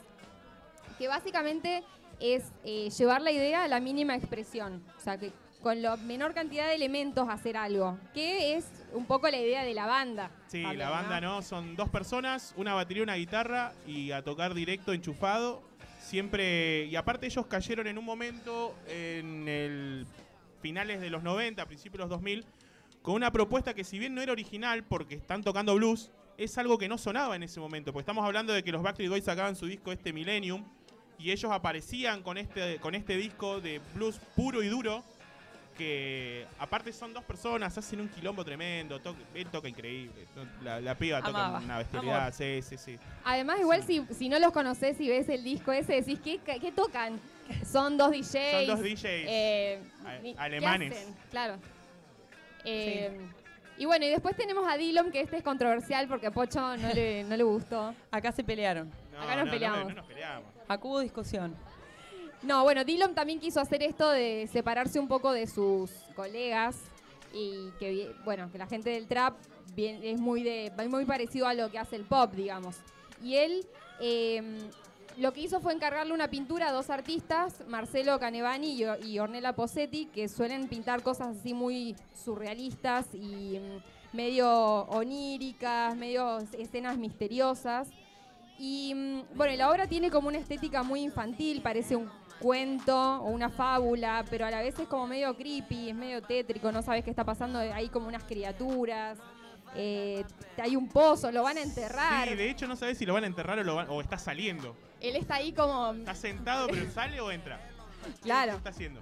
S8: que básicamente es eh, llevar la idea a la mínima expresión, o sea, que con la menor cantidad de elementos hacer algo, que es un poco la idea de la banda.
S7: Sí,
S8: también,
S7: la banda ¿no? son dos personas, una batería, una guitarra y a tocar directo, enchufado. Siempre, y aparte ellos cayeron en un momento en el finales de los 90, principios de los 2000, con una propuesta que si bien no era original porque están tocando blues, es algo que no sonaba en ese momento, porque estamos hablando de que los Backstreet Boys sacaban su disco este Millennium y ellos aparecían con este con este disco de blues puro y duro que aparte son dos personas, hacen un quilombo tremendo, toca- él toca increíble, to- la, la piba
S5: Amaba.
S7: toca una bestialidad,
S5: Amor.
S7: sí, sí, sí.
S8: Además, igual
S7: Sí.
S8: si, si no los conoces y ves el disco ese, decís, ¿qué, ca- qué tocan? Son dos
S7: Son
S8: DJs.
S7: dos DJs.
S8: eh,
S7: a-
S8: ni- ¿qué
S7: alemanes.
S8: hacen? Claro. Eh, Y bueno, y después tenemos a Dillom, que este es controversial porque a Pocho no le, no le gustó.
S5: Acá se pelearon.
S8: acá nos peleamos.
S7: No, nos peleamos.
S5: Acá hubo discusión.
S8: No, bueno, Dillom también quiso hacer esto de separarse un poco de sus colegas y que, vi- bueno, que la gente del trap bien- es muy, de, muy parecido a lo que hace el pop, digamos. Y él eh, lo que hizo fue encargarle una pintura a dos artistas, Marcelo Canevani y, y Ornella Posetti, que suelen pintar cosas así muy surrealistas y mm, medio oníricas, medio escenas misteriosas. Y mm, bueno, y la obra tiene como una estética muy infantil, parece un cuento o una fábula, pero a la vez es como medio creepy, es medio tétrico, no sabes qué está pasando, hay como unas criaturas, eh, hay un pozo, lo van a enterrar.
S7: Sí, de hecho no sabes si lo van a enterrar o, lo van- o está saliendo.
S8: Él está ahí como, mm,
S7: Está sentado, pero sale o entra. ¿Qué
S8: claro.
S7: está haciendo?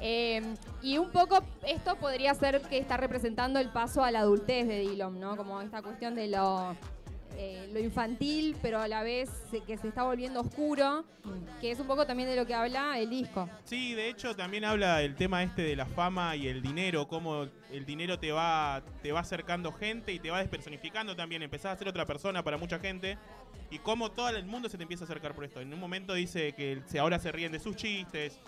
S8: Eh, y un poco esto podría ser que está representando el paso a la adultez de Dillon, ¿no? Como esta cuestión de lo, eh, lo infantil, pero a la vez se- que se está volviendo oscuro,
S7: Mm.
S8: que es un poco también de lo que habla el disco.
S7: Sí, de hecho también habla del tema este de la fama y el dinero, cómo el dinero te va, te va acercando gente y te va despersonificando también, empezás a ser otra persona para mucha gente y cómo todo el mundo se te empieza a acercar por esto. En un momento dice que se- ahora se ríen de sus chistes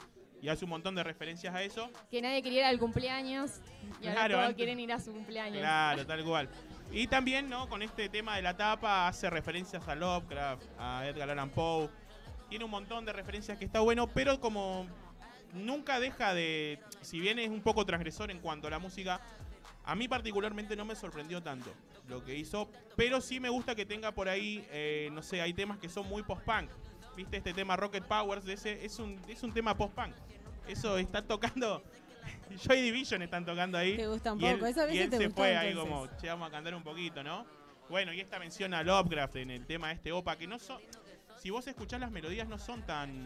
S7: y hace un montón de referencias a eso.
S8: Que nadie quería ir al cumpleaños y ahora
S7: Claro,
S8: todos
S7: antes-
S8: quieren ir a su cumpleaños.
S7: Claro, tal cual. Y también, ¿no? Con este tema de la tapa hace referencias a Lovecraft, a Edgar Allan Poe. Tiene un montón de referencias que está bueno, pero como nunca deja de... Si bien es un poco transgresor en cuanto a la música, a mí particularmente no me sorprendió tanto lo que hizo, pero sí me gusta que tenga por ahí, eh, no sé, hay temas que son muy post-punk. ¿Viste este tema Rocket Powers? De ese, es, un, es un tema post-punk. Eso está tocando... *laughs* Joy Division están tocando ahí.
S6: Te gusta un
S7: Y él-
S6: poco, eso a
S7: y
S6: veces
S7: él
S6: te
S7: se
S6: gustó,
S7: fue ahí
S6: entonces.
S7: como, che, vamos a cantar un poquito, ¿no? Bueno, y esta mención a Lovecraft en el tema este OPA, que no son... Si vos escuchás las melodías no son tan,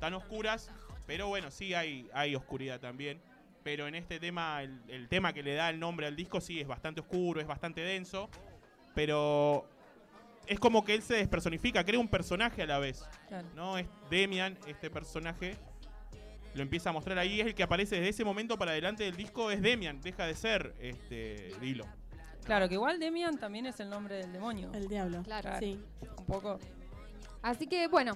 S7: tan oscuras, pero bueno, sí hay, hay oscuridad también. Pero en este tema, el, el tema que le da el nombre al disco sí es bastante oscuro, es bastante denso, pero es como que él se despersonifica, crea un personaje a la vez.
S5: Claro.
S7: ¿no? Es Demian, este personaje. Lo empieza a mostrar ahí, es el que aparece desde ese momento para adelante del disco, es Demian, deja de ser este Dilo.
S5: Claro, que igual Demian también es el nombre del demonio.
S6: El diablo.
S8: Claro.
S6: Sí.
S5: Un poco.
S8: Así que bueno,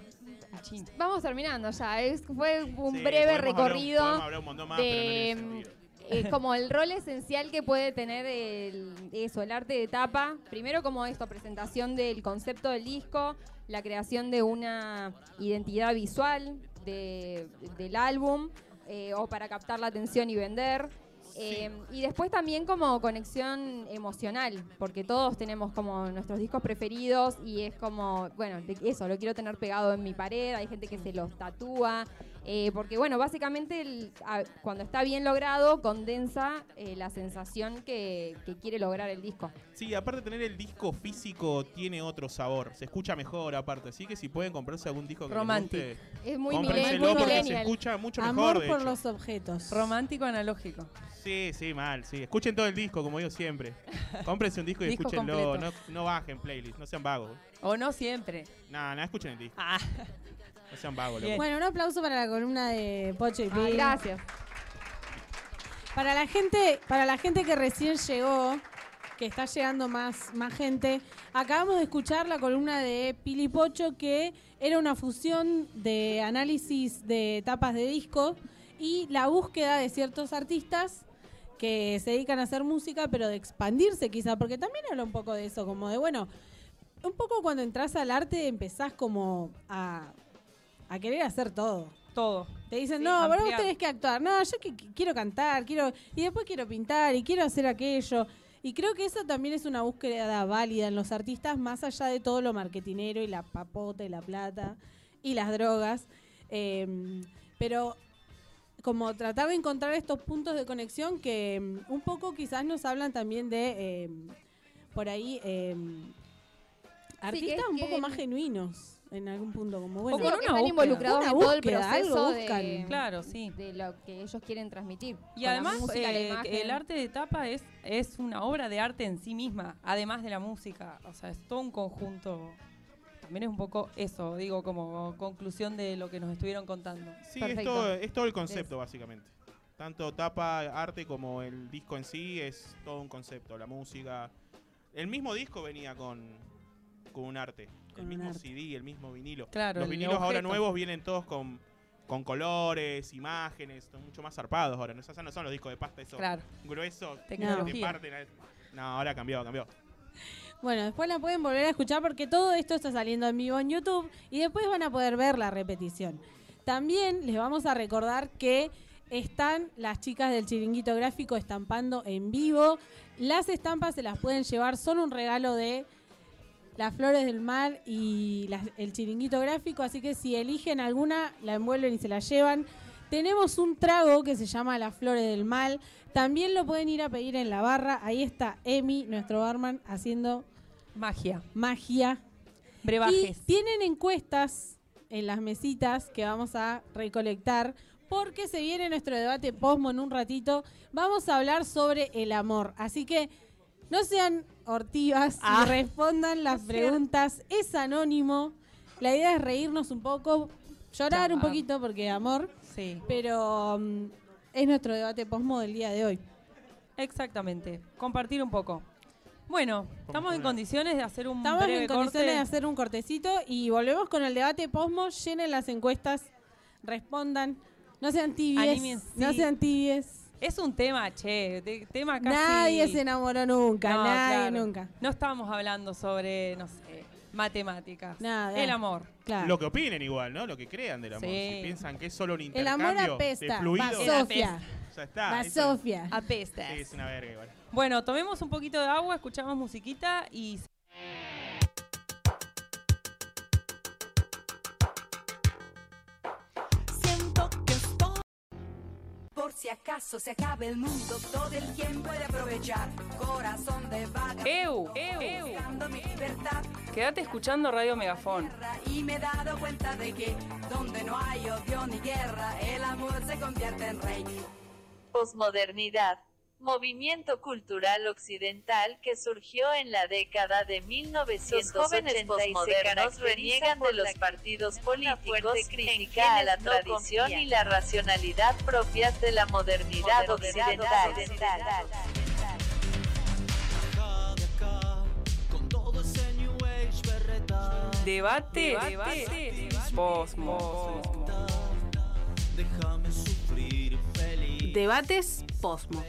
S5: Achín.
S8: vamos terminando ya. Es- fue un
S7: Sí,
S8: breve
S7: podemos hablar-
S8: recorrido.
S7: podemos hablar un montón más, pero no
S8: de,
S7: tiene sentido.
S8: eh, como el rol esencial que puede tener el, eso, el arte de tapa. Primero como esto, presentación del concepto del disco, la creación de una identidad visual de- del álbum, eh, o para captar la atención y vender. Eh, y después también como conexión emocional, porque todos tenemos como nuestros discos preferidos y es como, bueno, de- eso, lo quiero tener pegado en mi pared, hay gente que se los tatúa, eh, porque bueno, básicamente el- a- cuando está bien logrado condensa eh, la sensación que, que quiere lograr el disco.
S7: Sí, aparte de tener el disco físico tiene otro sabor, se escucha mejor aparte, así que si pueden comprarse algún disco que les
S5: Romantic.
S7: guste,
S8: Es muy
S7: cómprenselo
S8: millennial. muy
S7: porque se
S8: millennial.
S7: escucha mucho mejor.
S6: Amor
S7: de
S6: por
S7: hecho.
S6: los objetos.
S5: Romántico analógico.
S7: Sí, sí, mal, sí. Escuchen todo el disco, como digo
S8: *laughs*
S7: siempre. Cómprense un disco y
S5: Disco
S7: escúchenlo, no,
S5: completo.
S7: no bajen playlist, no sean vagos.
S5: O no siempre.
S7: Nada, nada, escuchen el disco,
S5: Ah.
S7: no sean vagos.
S5: Bien.
S7: loco.
S6: Bueno, un aplauso para la columna de Pocho y
S8: Ah,
S6: Pil.
S8: gracias.
S6: Para la gente, para la gente que recién llegó, que está llegando más, más gente, acabamos de escuchar la columna de Pili Pocho, que era una fusión de análisis de tapas de disco y la búsqueda de ciertos artistas que se dedican a hacer música, pero de expandirse quizá, porque también habla un poco de eso, como de, bueno, un poco cuando entras al arte empezás como a, a querer hacer todo.
S5: Todo.
S6: Te dicen,
S5: Sí,
S6: no, ahora vos
S5: ampliar.
S6: tenés que actuar. No, yo que, que quiero cantar, quiero y después quiero pintar y quiero hacer aquello. Y creo que eso también es una búsqueda válida en los artistas, más allá de todo lo marketinero y la papota y la plata y las drogas. Eh, pero como tratar de encontrar estos puntos de conexión que mm, un poco quizás nos hablan también de, eh, por ahí, eh, artistas
S8: es
S6: un
S8: que-
S6: poco más genuinos en algún punto. Como, bueno,
S5: con una
S8: que están
S5: búsqueda.
S8: involucrados
S6: Una
S8: en todo el
S6: búsqueda, algo
S8: proceso
S6: buscan.
S8: de,
S5: Claro, sí.
S8: de lo que ellos quieren transmitir. con
S5: Y
S8: la
S5: además,
S8: música, la
S5: eh,
S8: imagen.
S5: el arte de tapa es, es una obra de arte en sí misma, además de la música. O sea, es todo un conjunto. También es un poco eso, digo, como conclusión de lo que nos estuvieron contando.
S7: Sí, es
S8: Perfecto.
S7: todo, es todo el concepto, básicamente. Tanto tapa, arte como el disco en sí es todo un concepto. La música. El mismo disco venía con, con un arte.
S6: Con
S7: el
S6: un
S7: mismo
S6: arte.
S7: CD, el mismo vinilo.
S5: Claro,
S7: Los
S5: el
S7: vinilos ahora
S5: objeto.
S7: nuevos vienen todos con, con colores, imágenes, son mucho más zarpados ahora. No, esos no son los discos de pasta, esos
S5: Claro,
S7: gruesos que
S5: tecnología.
S7: parten. eh. No, ahora cambió, cambió.
S6: Bueno, después la pueden volver a escuchar porque todo esto está saliendo en vivo en YouTube y después van a poder ver la repetición. También les vamos a recordar que están las chicas del chiringuito gráfico estampando en vivo. Las estampas se las pueden llevar, son un regalo de las flores del mar y las- el chiringuito gráfico, así que si eligen alguna, la envuelven y se la llevan. Tenemos un trago que se llama Las Flores del Mal. También lo pueden ir a pedir en la barra. Ahí está Emi, nuestro barman, haciendo
S5: Magia,
S6: magia. Y
S5: brebajes.
S6: tienen encuestas en las mesitas que vamos a recolectar porque se viene nuestro debate posmo en un ratito. Vamos a hablar sobre el amor. Así que no sean hortivas y
S5: Ah.
S6: respondan las preguntas. Es anónimo. La idea es reírnos un poco, llorar un
S5: Chao.
S6: poquito porque amor.
S5: Sí,
S6: Pero mm, es nuestro debate posmo del día de hoy.
S5: exactamente. Compartir un poco. Bueno, estamos en
S7: poner?
S5: condiciones de hacer un
S6: Estamos
S5: breve
S6: en condiciones
S5: corte.
S6: de hacer un cortecito y volvemos con el debate posmo. Llenen las encuestas, respondan. No sean tibies.
S5: Anímense.
S6: No sean tibies.
S5: Es un tema, che, te- tema casi...
S6: Nadie se enamoró nunca,
S5: No,
S6: nadie
S5: claro.
S6: nunca.
S5: No estábamos hablando sobre, no sé, matemáticas.
S6: Nada.
S5: El amor.
S6: Claro.
S7: Lo que opinen igual, ¿no? Lo que crean del amor.
S5: Sí.
S7: Si piensan que es solo un
S6: el
S7: intercambio
S6: amor
S7: de
S6: apesta. Va
S7: fluidos,
S5: Basó.
S6: Sofía.
S7: ya está.
S6: Va
S7: eso-
S6: Sofía.
S5: Apestas.
S7: sí, es una verga igual.
S5: Bueno, tomemos un poquito de agua, escuchamos musiquita y...
S3: Por si acaso se acabe el mundo, todo el tiempo puede aprovechar. Corazón de vaga.
S5: ¡Eu! ¡Eu!
S3: buscando mi libertad.
S5: Quédate escuchando Radio Megafón.
S3: Y me he dado cuenta de que donde no hay odio ni guerra, el amor se convierte en rey.
S10: Posmodernidad. movimiento cultural occidental que surgió en la década de 1980 y se reniegan de los partidos políticos, crítica a la tradición y la racionalidad propias de la modernidad occidental.
S5: Debate, debate, posmo.
S4: Debates posmo.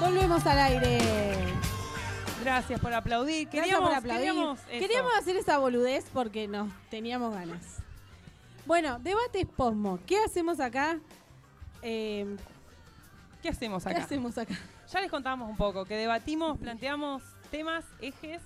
S6: Volvemos al aire.
S5: Gracias por aplaudir.
S6: Gracias
S5: Queríamos,
S6: por aplaudir.
S5: queríamos eso.
S6: Queríamos hacer esa boludez porque nos teníamos ganas. Bueno, debates posmo. ¿Qué hacemos acá? Eh,
S5: ¿Qué hacemos
S6: ¿Qué
S5: acá?
S6: hacemos acá?
S5: Ya les contamos un poco, que debatimos, planteamos temas, ejes,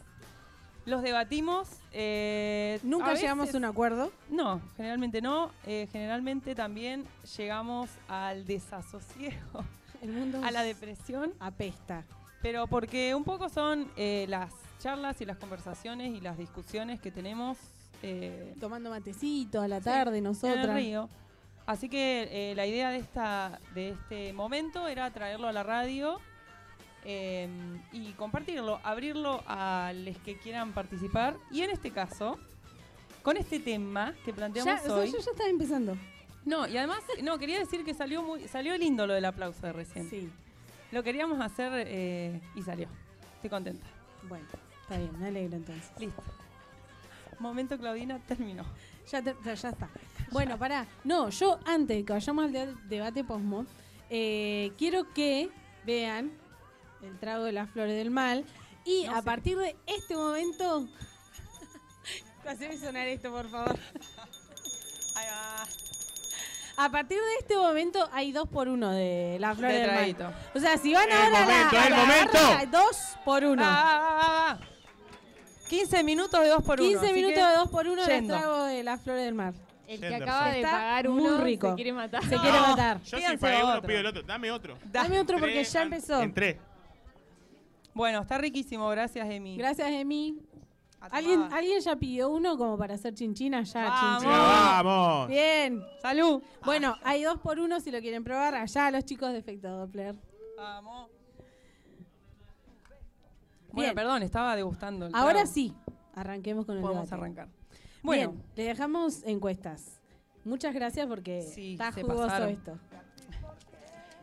S5: los debatimos. eh,
S6: Nunca
S5: a
S6: llegamos
S5: veces-
S6: a un acuerdo.
S5: No, generalmente no. eh, generalmente también llegamos al desasosiego,
S6: El mundo
S5: a la depresión.
S6: apesta.
S5: Pero porque un poco son eh, las charlas y las conversaciones y las discusiones que tenemos eh,
S6: Tomando matecito a la tarde,
S5: en
S6: nosotras.
S5: el río. Así que eh, la idea de, esta, de este momento era traerlo a la radio eh, y compartirlo, abrirlo a los que quieran participar. Y en este caso, con este tema que
S6: Ya,
S5: planteamos
S6: o sea,
S5: hoy.
S6: yo ya estaba empezando.
S5: No, y además, no, quería decir que salió, muy, salió lindo lo del aplauso de recién.
S6: Sí.
S5: Lo queríamos hacer eh, y salió. Estoy contenta.
S6: Bueno, está bien, me alegro entonces.
S5: Listo. Momento Claudina terminó.
S6: Ya, te- ya- ya está. Bueno, pará. No, yo antes de que vayamos al de- debate posmo, eh, quiero que vean el trago de las flores del mal y a partir de este momento... *laughs* Haceme sonar esto, por favor.
S5: Ahí va.
S6: A partir de este momento hay dos por uno de las flores del mal.
S5: traguito.
S6: O sea, si van
S7: El
S6: ahora a la-
S7: momento,
S6: a
S7: el
S6: la
S7: momento.
S6: barra, dos por uno.
S5: Ah, ah, ah, ah. 15 minutos de 2 por 1.
S6: 15 minutos de dos por uno del
S5: yendo.
S6: trago de las flores del mar.
S8: El que
S7: Henderson.
S8: acaba de
S6: Está
S8: pagar
S6: muy
S8: uno
S6: rico.
S8: se quiere matar. *laughs*
S6: Se quiere matar.
S7: Yo si
S5: Pídanse
S7: pagué uno,
S5: otro.
S7: pido el otro. Dame otro. ah,
S6: Dame otro porque
S7: Entré
S6: ya
S7: an-
S6: empezó.
S7: Entré.
S5: Bueno, está riquísimo, gracias Emi.
S6: Gracias, Emi.
S5: A tomar.
S6: ¿Alguien, ¿Alguien ya pidió uno como para hacer chinchina? Ya,
S5: Vamos.
S7: Mira,
S6: chinchina.
S7: vamos.
S6: Oh. Bien.
S5: Salud.
S6: Bueno, hay dos por uno si lo quieren probar. Allá los chicos de Efecto Doppler.
S5: Vamos. Bueno,
S6: Bien.
S5: perdón, estaba degustando. el
S6: Ahora
S5: trago.
S6: sí, arranquemos con el
S5: podemos
S6: debate.
S5: arrancar. Bueno,
S6: Bien, le dejamos encuestas. Muchas gracias porque
S5: Sí,
S6: está
S5: se
S6: jugoso
S5: pasaron.
S6: esto.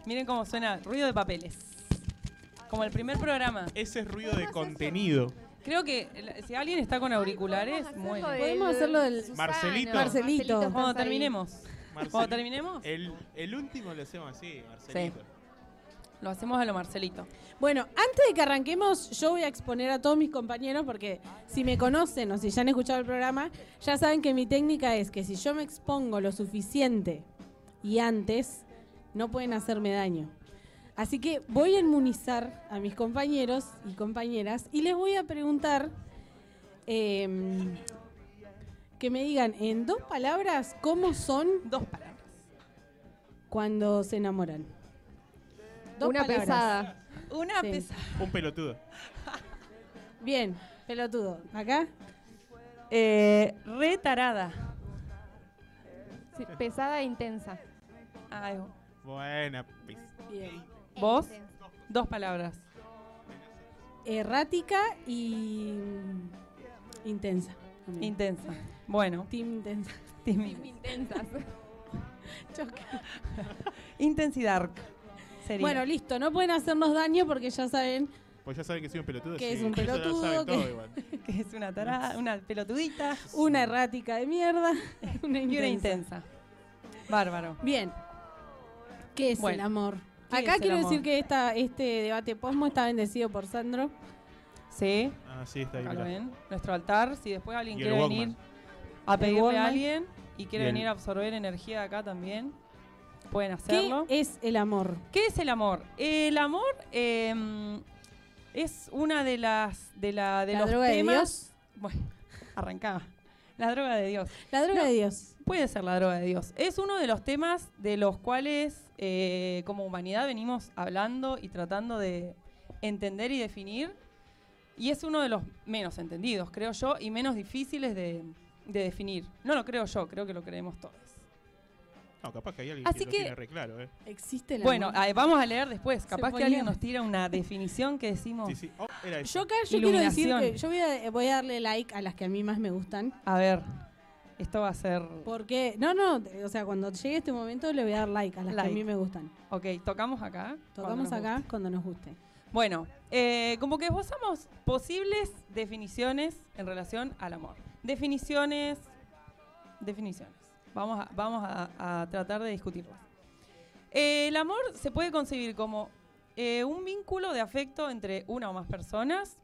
S5: miren cómo suena ruido de papeles. Como el primer programa.
S7: Ese es ruido de contenido.
S5: Creo que eh, si alguien está con auriculares,
S8: Podemos
S5: muy
S8: hacerlo
S5: bien.
S8: del-
S6: Podemos hacerlo del-
S8: Susano.
S7: Marcelito.
S6: Marcelito.
S8: estás
S5: Cuando
S8: ahí.
S5: terminemos.
S7: Marcelito.
S5: Cuando terminemos,
S7: El, el último lo hacemos así, Marcelito.
S5: lo hacemos a lo Marcelito.
S6: Bueno, antes de que arranquemos, yo voy a exponer a todos mis compañeros porque si me conocen o si ya han escuchado el programa, ya saben que mi técnica es que si yo me expongo lo suficiente y antes, no pueden hacerme daño. Así que voy a inmunizar a mis compañeros y compañeras y les voy a preguntar em, que me digan en dos palabras cómo son
S5: Dos palabras.
S6: cuando se enamoran. Dos
S8: Una
S6: palabras.
S8: pesada.
S5: Una
S6: Sí.
S5: pesada.
S7: Un pelotudo.
S6: Bien, pelotudo. ¿Acá?
S5: Eh, retarada.
S8: Sí, pesada e intensa.
S5: Ay,
S7: Buena. pues, pis.
S6: Bien.
S5: ¿Vos? Dos palabras.
S6: Errática y mm, intensa. También.
S5: Intensa. Bueno,
S6: Team intensa.
S5: tímida.
S8: Intensas.
S6: Choque.
S5: Intensidad. Sería.
S6: Bueno, listo, no pueden hacernos daño porque ya saben.
S7: Pues ya saben que soy un pelotudo.
S6: Que
S7: sí. *laughs*
S6: es un
S7: Eso lo
S6: pelotudo,
S7: saben
S6: que- *laughs*
S7: todo igual.
S5: que es una tarada, una pelotudita
S6: Una errática de mierda. *laughs* Una
S5: y una
S6: intensa.
S5: intensa. Bárbaro.
S6: Bien. ¿Qué es
S5: Bueno.
S6: el amor?
S5: ¿Qué
S6: Acá
S5: es el
S6: quiero
S5: amor?
S6: decir que esta, este debate posmo está bendecido por Sandro.
S5: Sí,
S7: Ah, sí, está ahí.
S5: acá lo
S7: mirá.
S5: ven. Nuestro altar. Si después alguien
S7: Y el
S5: quiere venir
S7: Walkman.
S5: a pedirle a
S6: Walmart.
S5: alguien y quiere
S11: Bien.
S5: venir a absorber energía de acá también, pueden
S6: ¿Qué
S5: hacerlo.
S6: es el amor?
S5: ¿Qué es el amor? El amor eh, es una de las de la de
S6: ¿La
S5: los
S6: droga de
S5: temas.
S6: Dios?
S5: Bueno, *laughs* arrancaba. La droga de Dios.
S6: La droga
S5: No,
S6: de Dios.
S5: Puede ser la droga de Dios. Es uno de los temas de los cuales eh, como humanidad venimos hablando y tratando de entender y definir. Y es uno de los menos entendidos, creo yo, y menos difíciles de, de definir. No lo creo yo, creo que lo creemos todos.
S7: No, capaz que hay alguien
S5: Así
S7: que, lo
S5: que-
S7: tiene re claro, ¿eh?
S6: Existe el
S5: Bueno,
S6: amor.
S5: ah, vamos a leer después. Capaz que
S6: ponía-
S5: alguien nos tira
S6: *laughs*
S5: una definición que decimos.
S7: Sí, sí. Oh, era eso.
S6: yo acá yo quiero decir
S5: iluminación.
S6: que yo voy a, voy a darle like a las que a mí más me gustan.
S5: A ver, esto va a ser.
S6: Porque, no, no, o sea, cuando llegue este momento le voy a dar like a las que
S5: Like.
S6: a mí me gustan.
S5: Ok, tocamos acá. cuando
S6: Tocamos
S5: nos
S6: acá
S5: guste.
S6: cuando nos guste.
S5: Bueno, eh, como que esbozamos posibles definiciones en relación al amor. Definiciones. Definiciones. Vamos a, vamos a, a tratar de discutirlas. Eh, el amor se puede concebir como eh, un vínculo de afecto entre una o más personas.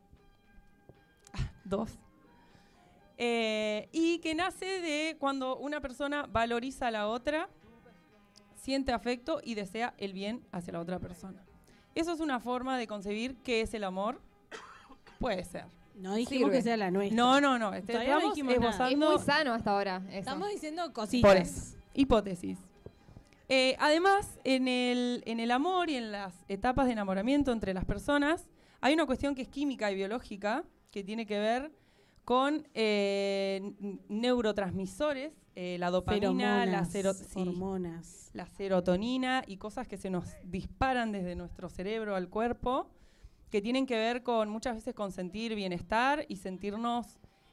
S5: *laughs* Dos. Eh, y que nace de cuando una persona valoriza a la otra, siente afecto y desea el bien hacia la otra persona. Eso es una forma de concebir qué es el amor. Puede ser.
S6: No dijimos
S8: Sirve.
S6: que sea la nuestra.
S5: No, no, no. este-
S6: Todavía no
S5: estamos
S6: dijimos nada.
S8: Es
S5: esbozando
S8: muy sano hasta ahora. eso.
S6: Estamos diciendo cositas.
S5: por eso. Hipótesis. Eh, además, en el, en el amor y en las etapas de enamoramiento entre las personas, hay una cuestión que es química y biológica, que tiene que ver con eh, n- neurotransmisores, eh, la dopamina, la,
S6: Feromonas,
S5: sero- sí,
S6: hormonas.
S5: la serotonina y cosas que se nos disparan desde nuestro cerebro al cuerpo, que tienen que ver con muchas veces con sentir bienestar y sentirnos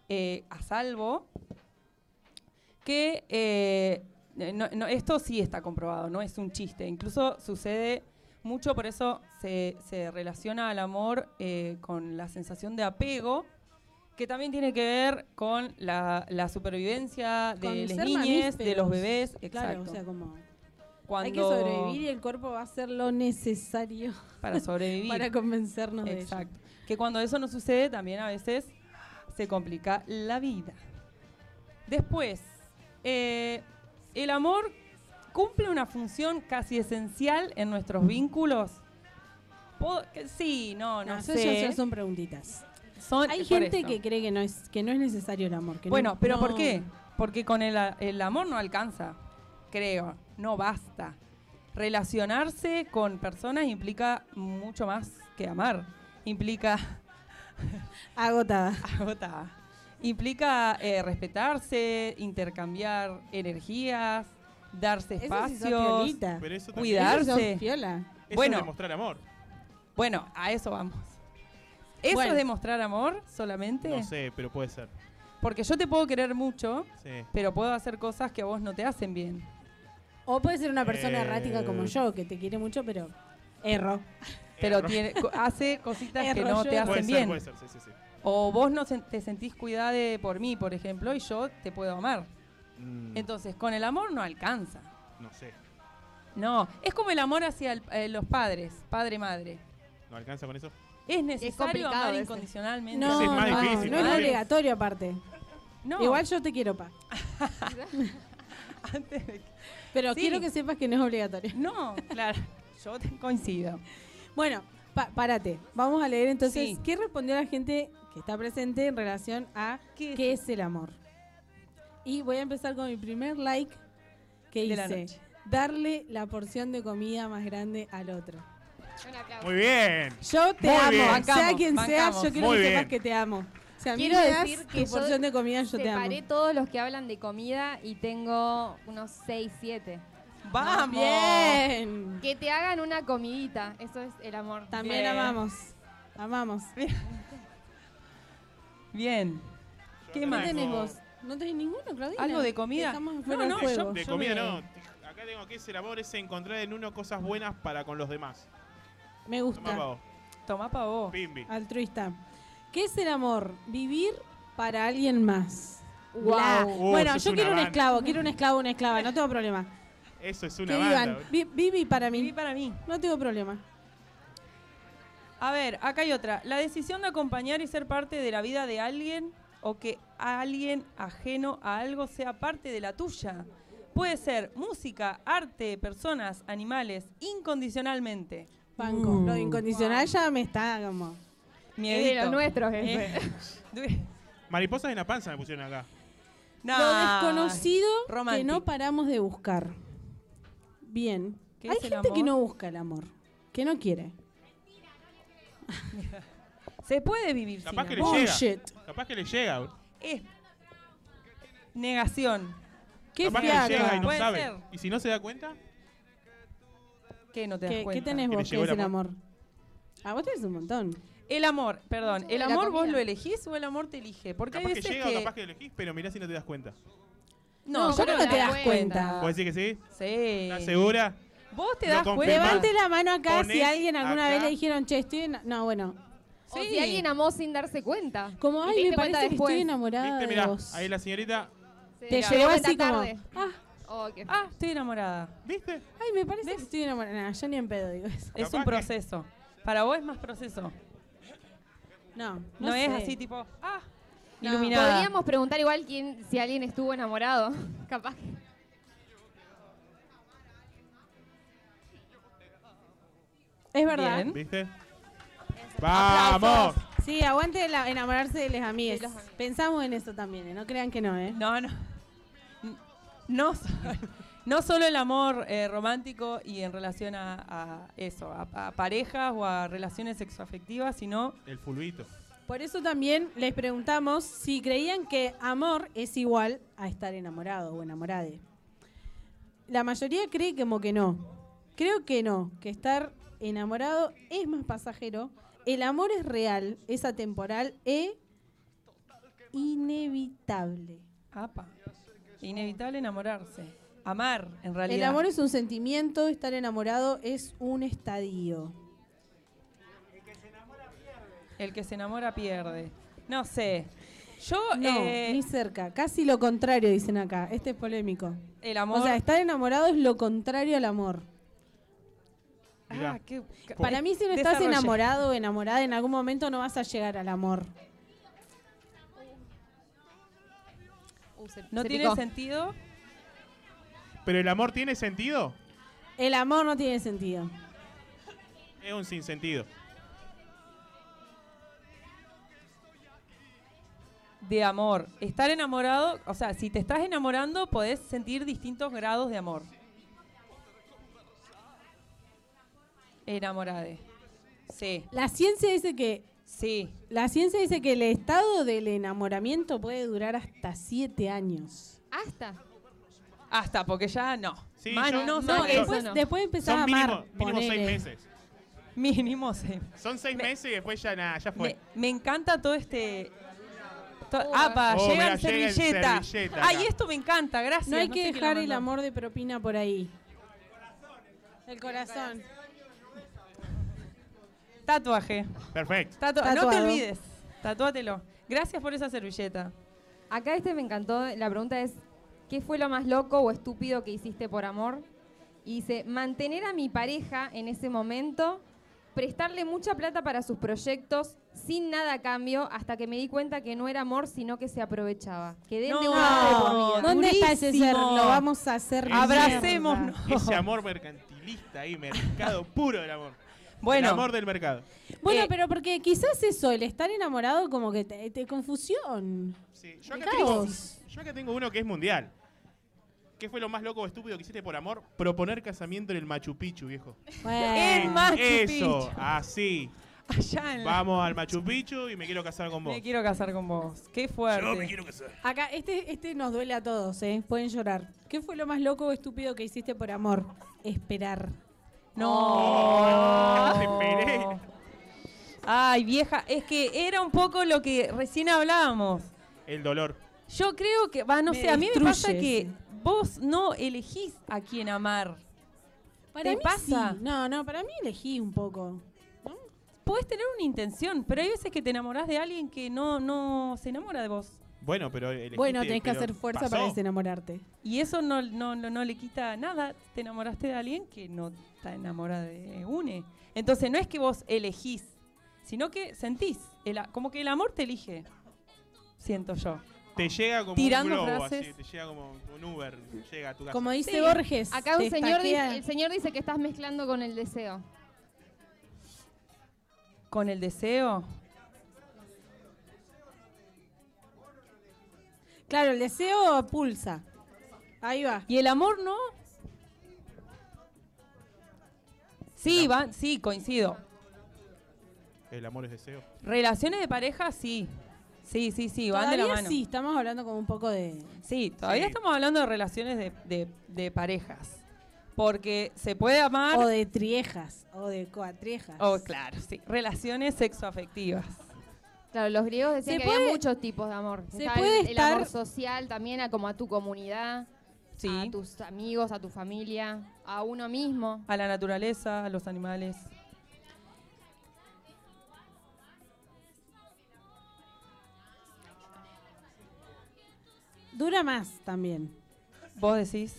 S5: eh, a salvo, que eh, no- no- esto sí está comprobado, no es un chiste, incluso sucede mucho, por eso se, se relaciona al amor eh, con la sensación de apego, que también tiene que ver con la, la supervivencia
S6: Con
S5: de
S6: ser
S5: las niñas, de los
S6: mamíferos.
S5: bebés,
S6: Claro,
S5: exacto.
S6: o sea, como
S5: Cuando-
S6: hay que sobrevivir y el cuerpo va a hacer lo necesario
S5: *laughs* para sobrevivir.
S6: para convencernos de ello.
S5: Exacto. Que cuando eso no sucede, también a veces se complica la vida. Después, eh, el amor cumple una función casi esencial en nuestros vínculos. Po- que- Sí, no, no,
S6: No, eso
S5: sé.
S6: ya son preguntitas.
S5: Son-
S6: Hay
S5: por
S6: gente
S5: eso.
S6: que cree que no es que no es necesario el amor. que no-
S5: Bueno, pero ¿por
S6: no-
S5: qué? Porque con el, a- el amor no alcanza, creo, no basta. Relacionarse con personas implica mucho más que amar. Implica *laughs*
S6: Agotada.
S5: agotada. Implica eh, respetarse, intercambiar energías, darse
S6: Eso sí sos
S5: espacios.
S6: piolita.
S7: Pero eso también-
S5: cuidar.
S6: Eso
S5: cuidarse.
S6: sos piola.
S7: Eso
S5: Bueno.
S7: es demostrar amor.
S5: bueno, a eso vamos. ¿Eso
S6: Bueno.
S5: es demostrar amor solamente?
S7: No sé, pero puede ser.
S5: Porque yo te puedo querer mucho,
S7: Sí.
S5: pero puedo hacer cosas que a vos no te hacen bien.
S6: O puede ser una persona
S7: Eh.
S6: errática como yo que te quiere mucho pero erro.
S5: Pero
S7: Error.
S5: tiene, co- hace cositas que
S6: Error,
S5: no
S6: yo-
S5: te hacen
S7: Puede
S5: bien.
S7: ser, puede ser, sí, sí, sí.
S5: O vos no sen- te sentís cuidada por mí, por ejemplo, y yo te puedo amar.
S7: Mm,
S5: Entonces, con el amor no alcanza.
S7: no sé.
S5: No, es como el amor hacia el- eh, los padres, padre-madre.
S7: ¿No alcanza con eso?
S5: Es necesario
S8: complicado
S5: amar
S8: ese.
S5: incondicionalmente.
S6: No,
S7: es más
S6: no,
S7: difícil,
S6: no es
S7: ¿no?
S6: obligatorio aparte.
S5: No,
S6: Igual yo te quiero, pa.
S5: antes de que-
S6: Pero
S5: Sí.
S6: quiero que sepas que no es obligatorio.
S5: No, claro, yo te coincido.
S6: Bueno, pa- párate. Vamos a leer entonces
S5: Sí.
S6: qué respondió la gente que está presente en relación a
S5: ¿Qué
S6: qué,
S5: es?
S6: es el amor. Y voy a empezar con mi primer like que
S5: De
S6: dice
S5: la noche.
S6: darle la porción de comida más grande al otro.
S8: Un aplauso.
S7: Muy bien.
S6: Yo te
S7: Muy
S6: amo,
S7: bien.
S6: sea
S5: Bancamos,
S6: quien sea, yo
S5: bancamos.
S6: quiero
S7: Muy
S6: que
S7: bien.
S6: sepas que te amo. Si a mí
S8: Quiero
S6: me das
S8: decir que
S6: tu
S8: yo
S6: porción de comida, yo te amo.
S8: Separé todos los que hablan de comida y tengo unos 6, 7.
S5: ¡Vamos!
S6: Bien.
S8: Que te hagan una comidita, eso es el amor.
S6: También
S5: Bien.
S6: amamos. Amamos.
S5: Bien. ¿Qué
S6: ¿Qué
S5: más?
S6: tenés vos? ¿No tenés ninguno, Claudia?
S5: ¿Algo de comida?
S6: Estamos en
S5: No,
S6: fuera de
S5: no, yo-
S6: juego.
S7: De
S5: Yo
S7: comida
S5: me-
S7: no. Te- Acá tengo que es el amor, es encontrar en uno cosas buenas para con los demás.
S6: Me
S7: Tomá
S6: gusta.
S7: pa' vos.
S5: Tomá pa' vos.
S7: Pimbi.
S6: Altruista. ¿Qué es el amor? Vivir para alguien más. Bla.
S7: Uh,
S6: bueno,
S7: sos
S6: yo
S7: una
S6: quiero un
S7: banda.
S6: esclavo, quiero un esclavo, una esclava, no tengo
S7: *laughs*
S6: problema.
S7: Eso es
S6: que
S7: una
S6: digan,
S7: banda.
S6: "Vi- viví para mí,
S5: Viví para mí.
S6: no tengo problema.
S5: A ver, acá hay otra. La decisión de acompañar y ser parte de la vida de alguien o que alguien ajeno a algo sea parte de la tuya. Puede ser música, arte, personas, animales, incondicionalmente.
S6: Banco.
S5: Mm.
S6: Lo de incondicional ya me está como.
S5: Miedito.
S8: Es de los nuestros, jefe.
S5: Eh, *laughs* du-
S7: Mariposas en la panza me pusieron acá.
S5: Nah.
S6: Lo desconocido que
S5: romántico.
S6: no paramos de buscar. Bien.
S5: ¿Qué
S6: Hay
S5: es el
S6: gente que
S5: amor?
S6: no busca el amor, que no quiere.
S5: Se puede vivir sin
S7: Capaz que le
S5: amor.
S7: llega.
S6: Bullshit.
S7: Capaz que le llega. bro.
S5: Es negación.
S6: Qué
S7: Capaz que
S5: fiaca.
S7: le llega y no
S5: Puede
S7: sabe.
S5: ser.
S7: Y si no se da cuenta,
S5: ¿Qué no te das
S6: ¿Qué, qué
S5: cuenta?
S6: tenés
S7: Que le
S6: vos que
S7: llegó
S6: es
S7: el
S6: el amor? A vos tenés un montón.
S5: El amor, perdón. ¿El
S8: La
S5: amor vos
S8: comida.
S5: lo elegís o el amor te elige? Porque
S7: capaz
S5: hay
S7: que
S5: veces
S7: llega o capaz que elegís, pero mirá si no te das cuenta.
S5: No,
S8: No,
S5: yo
S8: vos
S5: creo
S8: no
S5: que
S8: te das
S5: Ah.
S8: cuenta.
S7: ¿Puedes decir que sí?
S5: Sí.
S7: ¿Estás segura?
S5: Vos te
S7: Lo
S5: das
S7: confirmás.
S5: cuenta.
S6: Levante la mano acá
S7: Ponés
S6: si alguien alguna
S7: acá.
S6: vez le dijeron, che, estoy. ena-". No, bueno.
S8: O
S5: Sí.
S8: si alguien amó sin darse cuenta.
S6: Como,
S8: Y te
S6: ay,
S8: diste
S6: me
S8: cuenta
S6: parece que
S8: después.
S6: estoy enamorada
S7: ¿Viste?
S6: de
S7: Mirá,
S6: vos.
S7: ahí la señorita.
S8: Sí,
S6: Te
S8: la
S6: llegó
S8: vi
S6: así
S8: esta
S6: como,
S8: tarde.
S6: ah,
S8: Oh, qué
S5: Ah, estoy enamorada.
S7: ¿Viste?
S6: ay, me parece que estoy enamorada. Nah, yo ni en pedo digo eso.
S5: Es
S7: Capaz
S5: un
S7: que-
S5: proceso. Para vos es más proceso.
S6: No, no,
S5: *laughs* No, es
S6: sé.
S5: así tipo, ah,
S6: No.
S5: iluminada.
S8: Podríamos preguntar igual quién, si alguien estuvo enamorado. *laughs* Capaz. que-
S6: Es verdad.
S5: Bien.
S7: ¿Viste? ¡Vamos!
S6: Sí, aguante la- enamorarse de las amigas.
S8: De los amigues.
S6: Pensamos en eso también, ¿eh? no crean que no, ¿eh?
S5: No, no. No, so- no solo el amor eh, romántico y en relación a, a eso, a, a parejas o a relaciones sexoafectivas, sino
S7: El fulbito.
S6: Por eso también les preguntamos si creían que amor es igual a estar enamorado o enamorada. La mayoría cree como que no. Creo que no, que estar enamorado es más pasajero. El amor es real, es atemporal e inevitable.
S5: apa, inevitable enamorarse. Amar, en realidad.
S6: El amor es un sentimiento, estar enamorado es un estadio.
S5: El que se enamora pierde. No sé. Yo,
S6: No,
S5: eh,
S6: ni cerca. Casi lo contrario, dicen acá. Este es polémico.
S5: el amor.
S6: O sea, estar enamorado es lo contrario al amor.
S7: Mirá.
S5: Ah, qué- qué-
S6: Para mí, si no estás
S5: Desarrolle.
S6: enamorado o enamorada, en algún momento no vas a llegar al amor.
S8: Uh, se-
S5: No
S8: se
S5: tiene
S8: picó.
S5: sentido.
S7: ¿Pero el amor tiene sentido?
S6: El amor no tiene sentido.
S7: Es un sinsentido.
S5: de amor. Estar enamorado, o sea, si te estás enamorando, podés sentir distintos grados de amor. Enamorade. Sí,
S6: La ciencia dice que.
S5: sí.
S6: La ciencia dice que el estado del enamoramiento puede durar hasta siete años.
S8: Hasta.
S5: Hasta, porque ya no.
S7: Sí,
S5: Más
S7: yo-
S5: no,
S7: no,
S5: sale.
S7: eso
S6: Ah, después,
S8: no.
S6: después empezás a
S7: Son
S6: amar.
S7: mínimo, mínimo seis
S6: ponele.
S7: meses.
S5: Mínimo se-
S7: Son seis
S5: Me-
S7: meses y después ya nada, ya fue.
S5: Me, me encanta todo este. to-
S8: Oh,
S5: ¡Apa!
S7: Oh,
S5: llega
S7: mirá,
S5: el
S7: llega el
S5: servilleta.
S7: servilleta acá.
S5: ¡Ay, esto me encanta! Gracias.
S6: No hay
S5: sé
S6: que
S5: quién lo
S6: dejar el
S5: mandó.
S6: amor de propina por ahí. El corazón.
S5: Tatuaje. *laughs*
S7: Perfecto.
S5: Tatua- No te
S6: Tatuado.
S5: olvides. Tatuátelo. Gracias por esa servilleta.
S8: Acá este me encantó. La pregunta es, ¿qué fue lo más loco o estúpido que hiciste por amor? Y dice, mantener a mi pareja en ese momento, prestarle mucha plata para sus proyectos sin nada a cambio, hasta que me di cuenta que no era amor, sino que se aprovechaba. Quedé
S5: No.
S8: endeudada de por vida.
S6: ¿Dónde está ese
S5: Durísimo.
S6: ser? Lo vamos a hacer.
S5: Abracémonos.
S6: mierda.
S7: Ese amor mercantilista ahí,
S5: *laughs*
S7: mercado puro del amor.
S5: Bueno.
S7: El amor del mercado.
S6: Bueno,
S5: Eh,
S6: pero porque quizás eso, el estar enamorado, como que te, te confusión.
S7: Sí, yo, acá
S6: Mirá
S7: tengo,
S6: vos.
S7: yo acá tengo uno que es mundial. ¿Qué fue lo más loco o estúpido que hiciste por amor? Proponer casamiento en el Machu Picchu, viejo.
S5: En *laughs*
S6: Bueno,
S5: Machu
S7: Eso,
S5: Picchu. *laughs*
S7: así.
S5: Allá en la-
S7: Vamos al Machu Picchu y me quiero casar con vos.
S5: Me quiero casar con vos. Qué fuerte.
S6: acá este, este nos duele a todos, ¿eh? Pueden llorar. ¿Qué fue lo más loco o estúpido que hiciste por amor? Esperar.
S5: No.
S7: te esperé.
S5: Ay, vieja, es que era un poco lo que recién hablábamos.
S7: El dolor.
S5: Yo creo que, va, no
S6: Me
S5: sé, a mí me
S6: destruye
S5: pasa que
S6: ese.
S5: vos no elegís a quién amar.
S6: Para
S5: ¿Te
S6: mí
S5: pasa?
S6: sí. No, no, para mí elegí un poco.
S5: Podés tener una intención, pero hay veces que te enamorás de alguien que no, no se enamora de vos.
S7: Bueno, pero elegiste,
S6: bueno, tenés que
S7: pero
S6: hacer fuerza
S7: pasó.
S6: para desenamorarte.
S5: Y eso no, no, no, no le quita nada. Te enamoraste de alguien que no está enamorada de une. Entonces no es que vos elegís, sino que sentís. El a- como que el amor te elige. siento yo.
S7: Te llega como
S5: Tirando
S7: un globo,
S5: frases.
S7: así, te llega como un Uber, llega a tu casa.
S6: Como dice
S8: Sí.
S6: Borges.
S8: Acá un
S6: te
S8: señor
S6: estaquea.
S8: dice, el señor dice que estás mezclando con el deseo.
S5: Con el deseo.
S6: Claro, el deseo pulsa. Ahí va.
S5: ¿Y el amor no? Sí, va, sí, coincido.
S7: El amor es deseo.
S5: Relaciones de pareja, sí. Sí, sí, sí, van de la
S6: Todavía
S5: mano.
S6: sí, estamos hablando como un poco de...
S5: Sí, todavía
S7: Sí.
S5: estamos hablando de relaciones de, de- de parejas. Porque se puede amar.
S6: O de triejas, o de coatriejas.
S5: Oh, claro, sí. Relaciones sexoafectivas.
S8: Claro, los griegos decían
S6: Se
S8: que
S6: puede-
S8: había muchos tipos de amor.
S6: se
S8: Estaba el-
S6: puede
S8: el,
S6: estar-
S8: amor social también, a, como a tu comunidad,
S5: Sí.
S8: a tus amigos, a tu familia, a uno mismo.
S5: A la naturaleza, a los animales.
S6: Dura más también.
S5: Vos decís.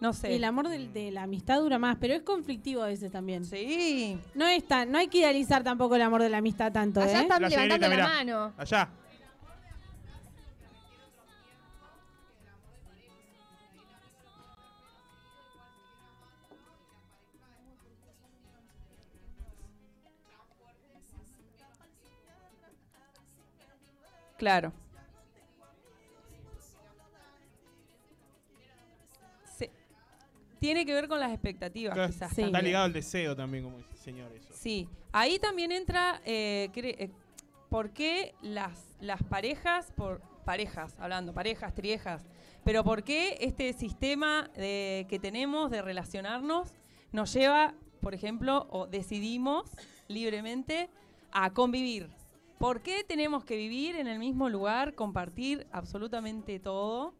S5: No sé.
S6: El amor del- de, la amistad dura más, pero es conflictivo a veces también.
S5: Sí.
S6: No es tan- no hay que idealizar tampoco el amor de la amistad tanto,
S8: Allá
S6: ¿eh?
S8: están
S7: La señorita,
S8: levantando la
S7: mirá.
S8: mano.
S7: Allá.
S5: Claro. Sí. Tiene que ver con las expectativas,
S7: Claro,
S5: quizás.
S6: Sí.
S7: Está
S5: también.
S7: ligado al deseo también, como dice el señor eso.
S5: Sí. Ahí también entra eh, cre- eh, por qué las, las parejas, por parejas, hablando, parejas, triejas, pero por qué este sistema de- que tenemos de relacionarnos nos lleva, por ejemplo, o decidimos libremente a convivir. ¿Por qué tenemos que vivir en el mismo lugar, compartir absolutamente todo?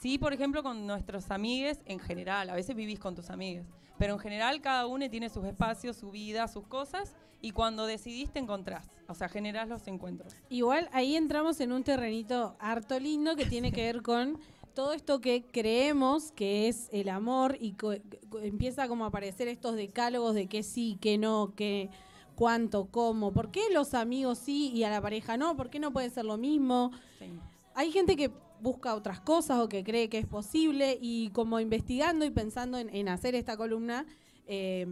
S5: Sí, por ejemplo, con nuestros amigues en general, a veces vivís con tus amigues, pero en general cada uno tiene sus espacios, su vida, sus cosas, y cuando decidís te encontrás, o sea, generás los encuentros.
S6: Igual ahí entramos en un terrenito harto lindo que tiene que ver con todo esto que creemos que es el amor y co- co- empieza como a aparecer estos decálogos de que sí, que no, que cuánto, cómo, por qué los amigos sí y a la pareja no, por qué no puede ser lo mismo. Hay gente que busca otras cosas o que cree que es posible y como investigando y pensando en, en hacer esta columna, eh,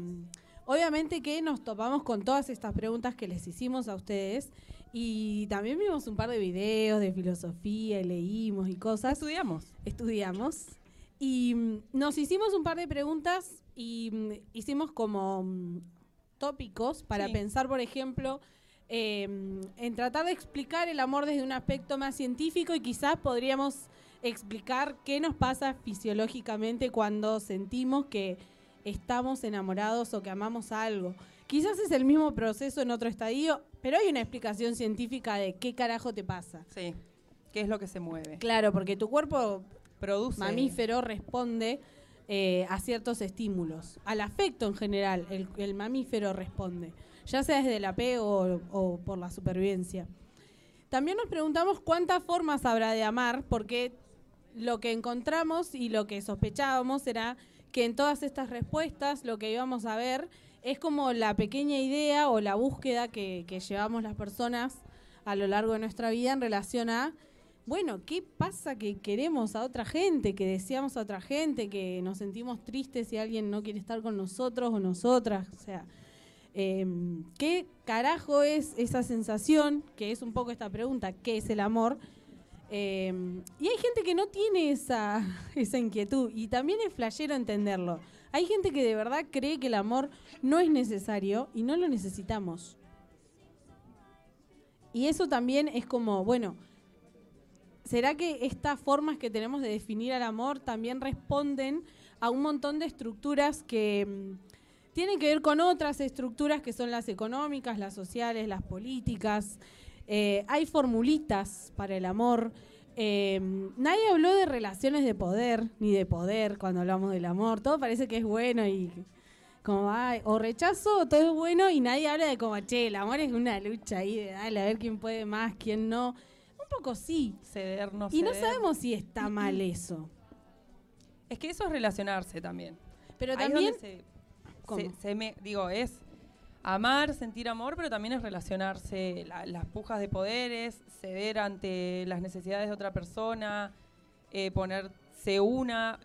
S6: obviamente que nos topamos con todas estas preguntas que les hicimos a ustedes y también vimos un par de videos de filosofía y leímos y cosas
S5: Estudiamos.
S6: estudiamos y mm, nos hicimos un par de preguntas y mm, hicimos como mm, tópicos para
S5: Sí.
S6: pensar, por ejemplo, eh, en tratar de explicar el amor desde un aspecto más científico y quizás podríamos explicar qué nos pasa fisiológicamente cuando sentimos que estamos enamorados o que amamos algo. Quizás es el mismo proceso en otro estadio, pero hay una explicación científica de qué carajo te pasa.
S5: Sí. ¿Qué es lo que se mueve?
S6: Claro, porque tu cuerpo
S5: Produce.
S6: mamífero responde eh, a ciertos estímulos. Al afecto en general, el, el mamífero responde, ya sea desde el apego o, o por la supervivencia. También nos preguntamos cuántas formas habrá de amar, porque lo que encontramos y lo que sospechábamos era que en todas estas respuestas lo que íbamos a ver es como la pequeña idea o la búsqueda que, que llevamos las personas a lo largo de nuestra vida en relación a bueno, ¿qué pasa que queremos a otra gente, que deseamos a otra gente, que nos sentimos tristes si alguien no quiere estar con nosotros o nosotras? O sea, em, ¿qué carajo es esa sensación? Que es un poco esta pregunta, ¿qué es el amor? Em, y hay gente que no tiene esa, *laughs* esa inquietud y también es flashero entenderlo. Hay gente que de verdad cree que el amor no es necesario y no lo necesitamos. Y eso también es como, bueno, ¿Será que estas formas que tenemos de definir al amor también responden a un montón de estructuras que mm, tienen que ver con otras estructuras que son las económicas, las sociales, las políticas? Eh, hay formulitas para el amor. Eh, nadie habló de relaciones de poder ni de poder cuando hablamos del amor. Todo parece que es bueno y como ay, o rechazo o todo es bueno y nadie habla de como che, el amor es una lucha ahí de dale a ver quién puede más, quién no. Un poco sí,
S5: Ceder, no
S6: y no
S5: ceder.
S6: sabemos si está mal eso.
S5: Es que eso es relacionarse también.
S6: Pero
S5: Ahí es
S6: también
S5: donde se-
S6: ¿Cómo?
S5: se, se me, digo, es amar, sentir amor, pero también es relacionarse, la- las pujas de poderes, ceder ante las necesidades de otra persona, eh, ponerse una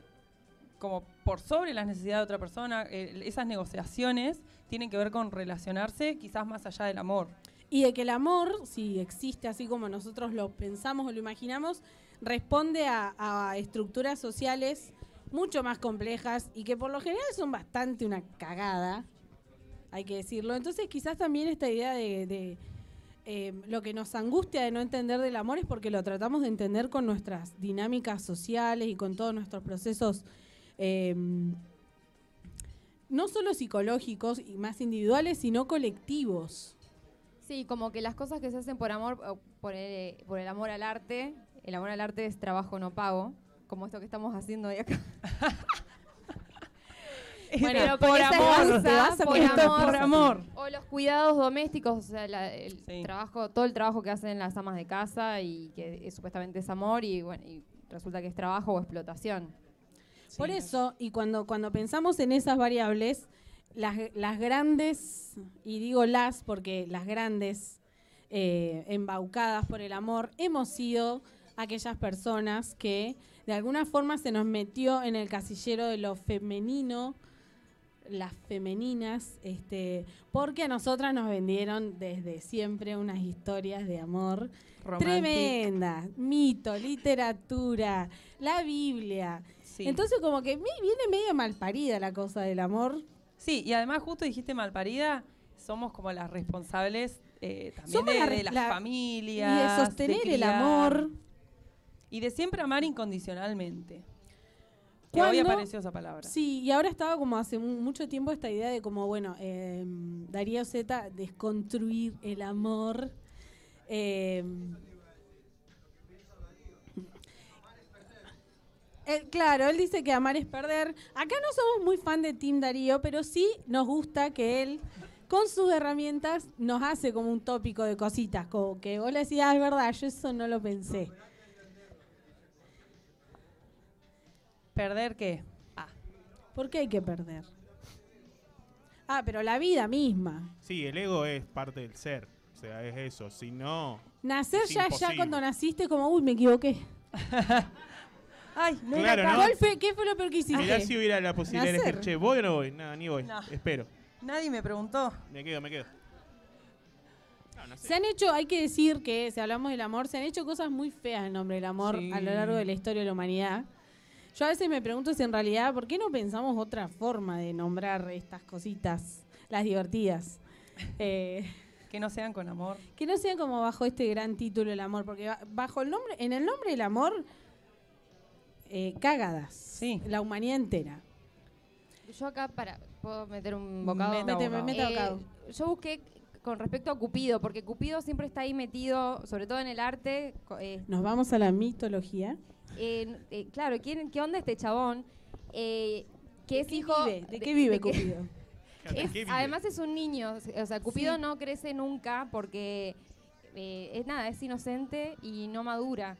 S5: como por sobre las necesidades de otra persona. eh, esas negociaciones tienen que ver con relacionarse quizás más allá del amor.
S6: Y de que el amor, si existe así como nosotros lo pensamos o lo imaginamos, responde a, a estructuras sociales mucho más complejas y que por lo general son bastante una cagada, hay que decirlo. Entonces quizás también esta idea de, de, eh, lo que nos angustia de no entender del amor es porque lo tratamos de entender con nuestras dinámicas sociales y con todos nuestros procesos eh, no solo psicológicos y más individuales, sino colectivos.
S8: Sí, como que las cosas que se hacen por amor, o por el, por el amor al arte, el amor al arte es trabajo no pago, como esto que estamos haciendo hoy acá.
S5: Bueno,
S8: Pero
S5: por
S8: esa
S5: amor,
S8: excusa,
S5: te vas a
S8: por
S5: esto es
S8: amor.
S5: por amor.
S8: O los cuidados domésticos, o sea, la- el
S5: Sí.
S8: trabajo, todo el trabajo que hacen las amas de casa y que es- supuestamente es amor y bueno, y resulta que es trabajo o explotación.
S6: Por eso, y cuando, cuando pensamos en esas variables, las, las grandes, y digo las porque las grandes eh, embaucadas por el amor, hemos sido aquellas personas que de alguna forma se nos metió en el casillero de lo femenino, las femeninas, este, porque a nosotras nos vendieron desde siempre unas historias de amor
S5: Romantic.
S6: tremendas, mito, literatura, la Biblia.
S5: Sí.
S6: Entonces como que mi- viene medio mal parida la cosa del amor.
S5: Sí, y además justo dijiste malparida, somos como las responsables eh, también
S6: Somos
S5: de,
S6: la
S5: de
S6: re-
S5: las
S6: la-
S5: familias.
S6: y de sostener el
S5: criar,
S6: amor.
S5: Y de siempre amar incondicionalmente. Que hoy
S6: ¿Cuándo?
S5: apareció esa palabra.
S6: Sí, y ahora estaba como hace mu- mucho tiempo esta idea de como, bueno, eh, Darío Z, desconstruir el amor. Eh, eh, claro, él dice que amar es perder. Acá no somos muy fan de Tim Darío, pero sí nos gusta que él, con sus herramientas, nos hace como un tópico de cositas, como que vos le decís, "Ah, es verdad, yo eso no lo pensé.
S5: ¿Perder qué?
S6: ¿Por qué hay que perder? Ah, pero la vida misma.
S7: Sí, el ego es parte del ser. O sea, es eso. Si no.
S6: Nacer
S7: Es
S6: ya, ya
S7: imposible.
S6: cuando naciste es como, uy, me equivoqué.
S5: Ay, no
S7: Claro,
S5: era acá.
S7: ¿no?
S6: ¿Cuál fue- ¿Qué fue lo peor que hiciste?
S7: Mirá si hubiera la posibilidad de
S6: Nacer.
S7: elegir, che, ¿voy o no voy? Nada, ni voy.
S5: No.
S7: Espero.
S5: Nadie me preguntó.
S7: Me quedo, me quedo. No, no sé.
S6: Se han hecho, hay que decir que si hablamos del amor, se han hecho cosas muy feas en nombre del amor
S5: Sí.
S6: a lo largo de la historia de la humanidad. Yo a veces me pregunto si en realidad, ¿por qué no pensamos otra forma de nombrar estas cositas, las divertidas? Eh,
S5: Que no sean con amor.
S6: que no sean como bajo este gran título el amor, porque ba- bajo el nombre, en el nombre del amor, eh, cagadas.
S5: Sí.
S6: La humanidad entera.
S8: Yo acá para puedo meter
S7: Mm,
S8: un bocado.
S5: Meta Mete- bocado.
S6: meta bocado.
S8: Eh,
S5: Eh,
S8: Yo busqué con respecto a Cupido, porque Cupido siempre está ahí metido, sobre todo en el arte, co- eh,
S6: Nos vamos a la mitología.
S8: eh, eh, claro, ¿quién, ¿qué onda este chabón? Eh, que es
S6: ¿Qué
S8: hijo.
S6: vive? ¿De qué vive
S8: de
S7: *laughs*
S8: que-
S5: *laughs*
S6: Cupido?
S7: Claro,
S8: es-
S7: ¿qué vive?
S8: además es un niño, o sea, Cupido no crece nunca porque eh, es nada, es inocente y no madura.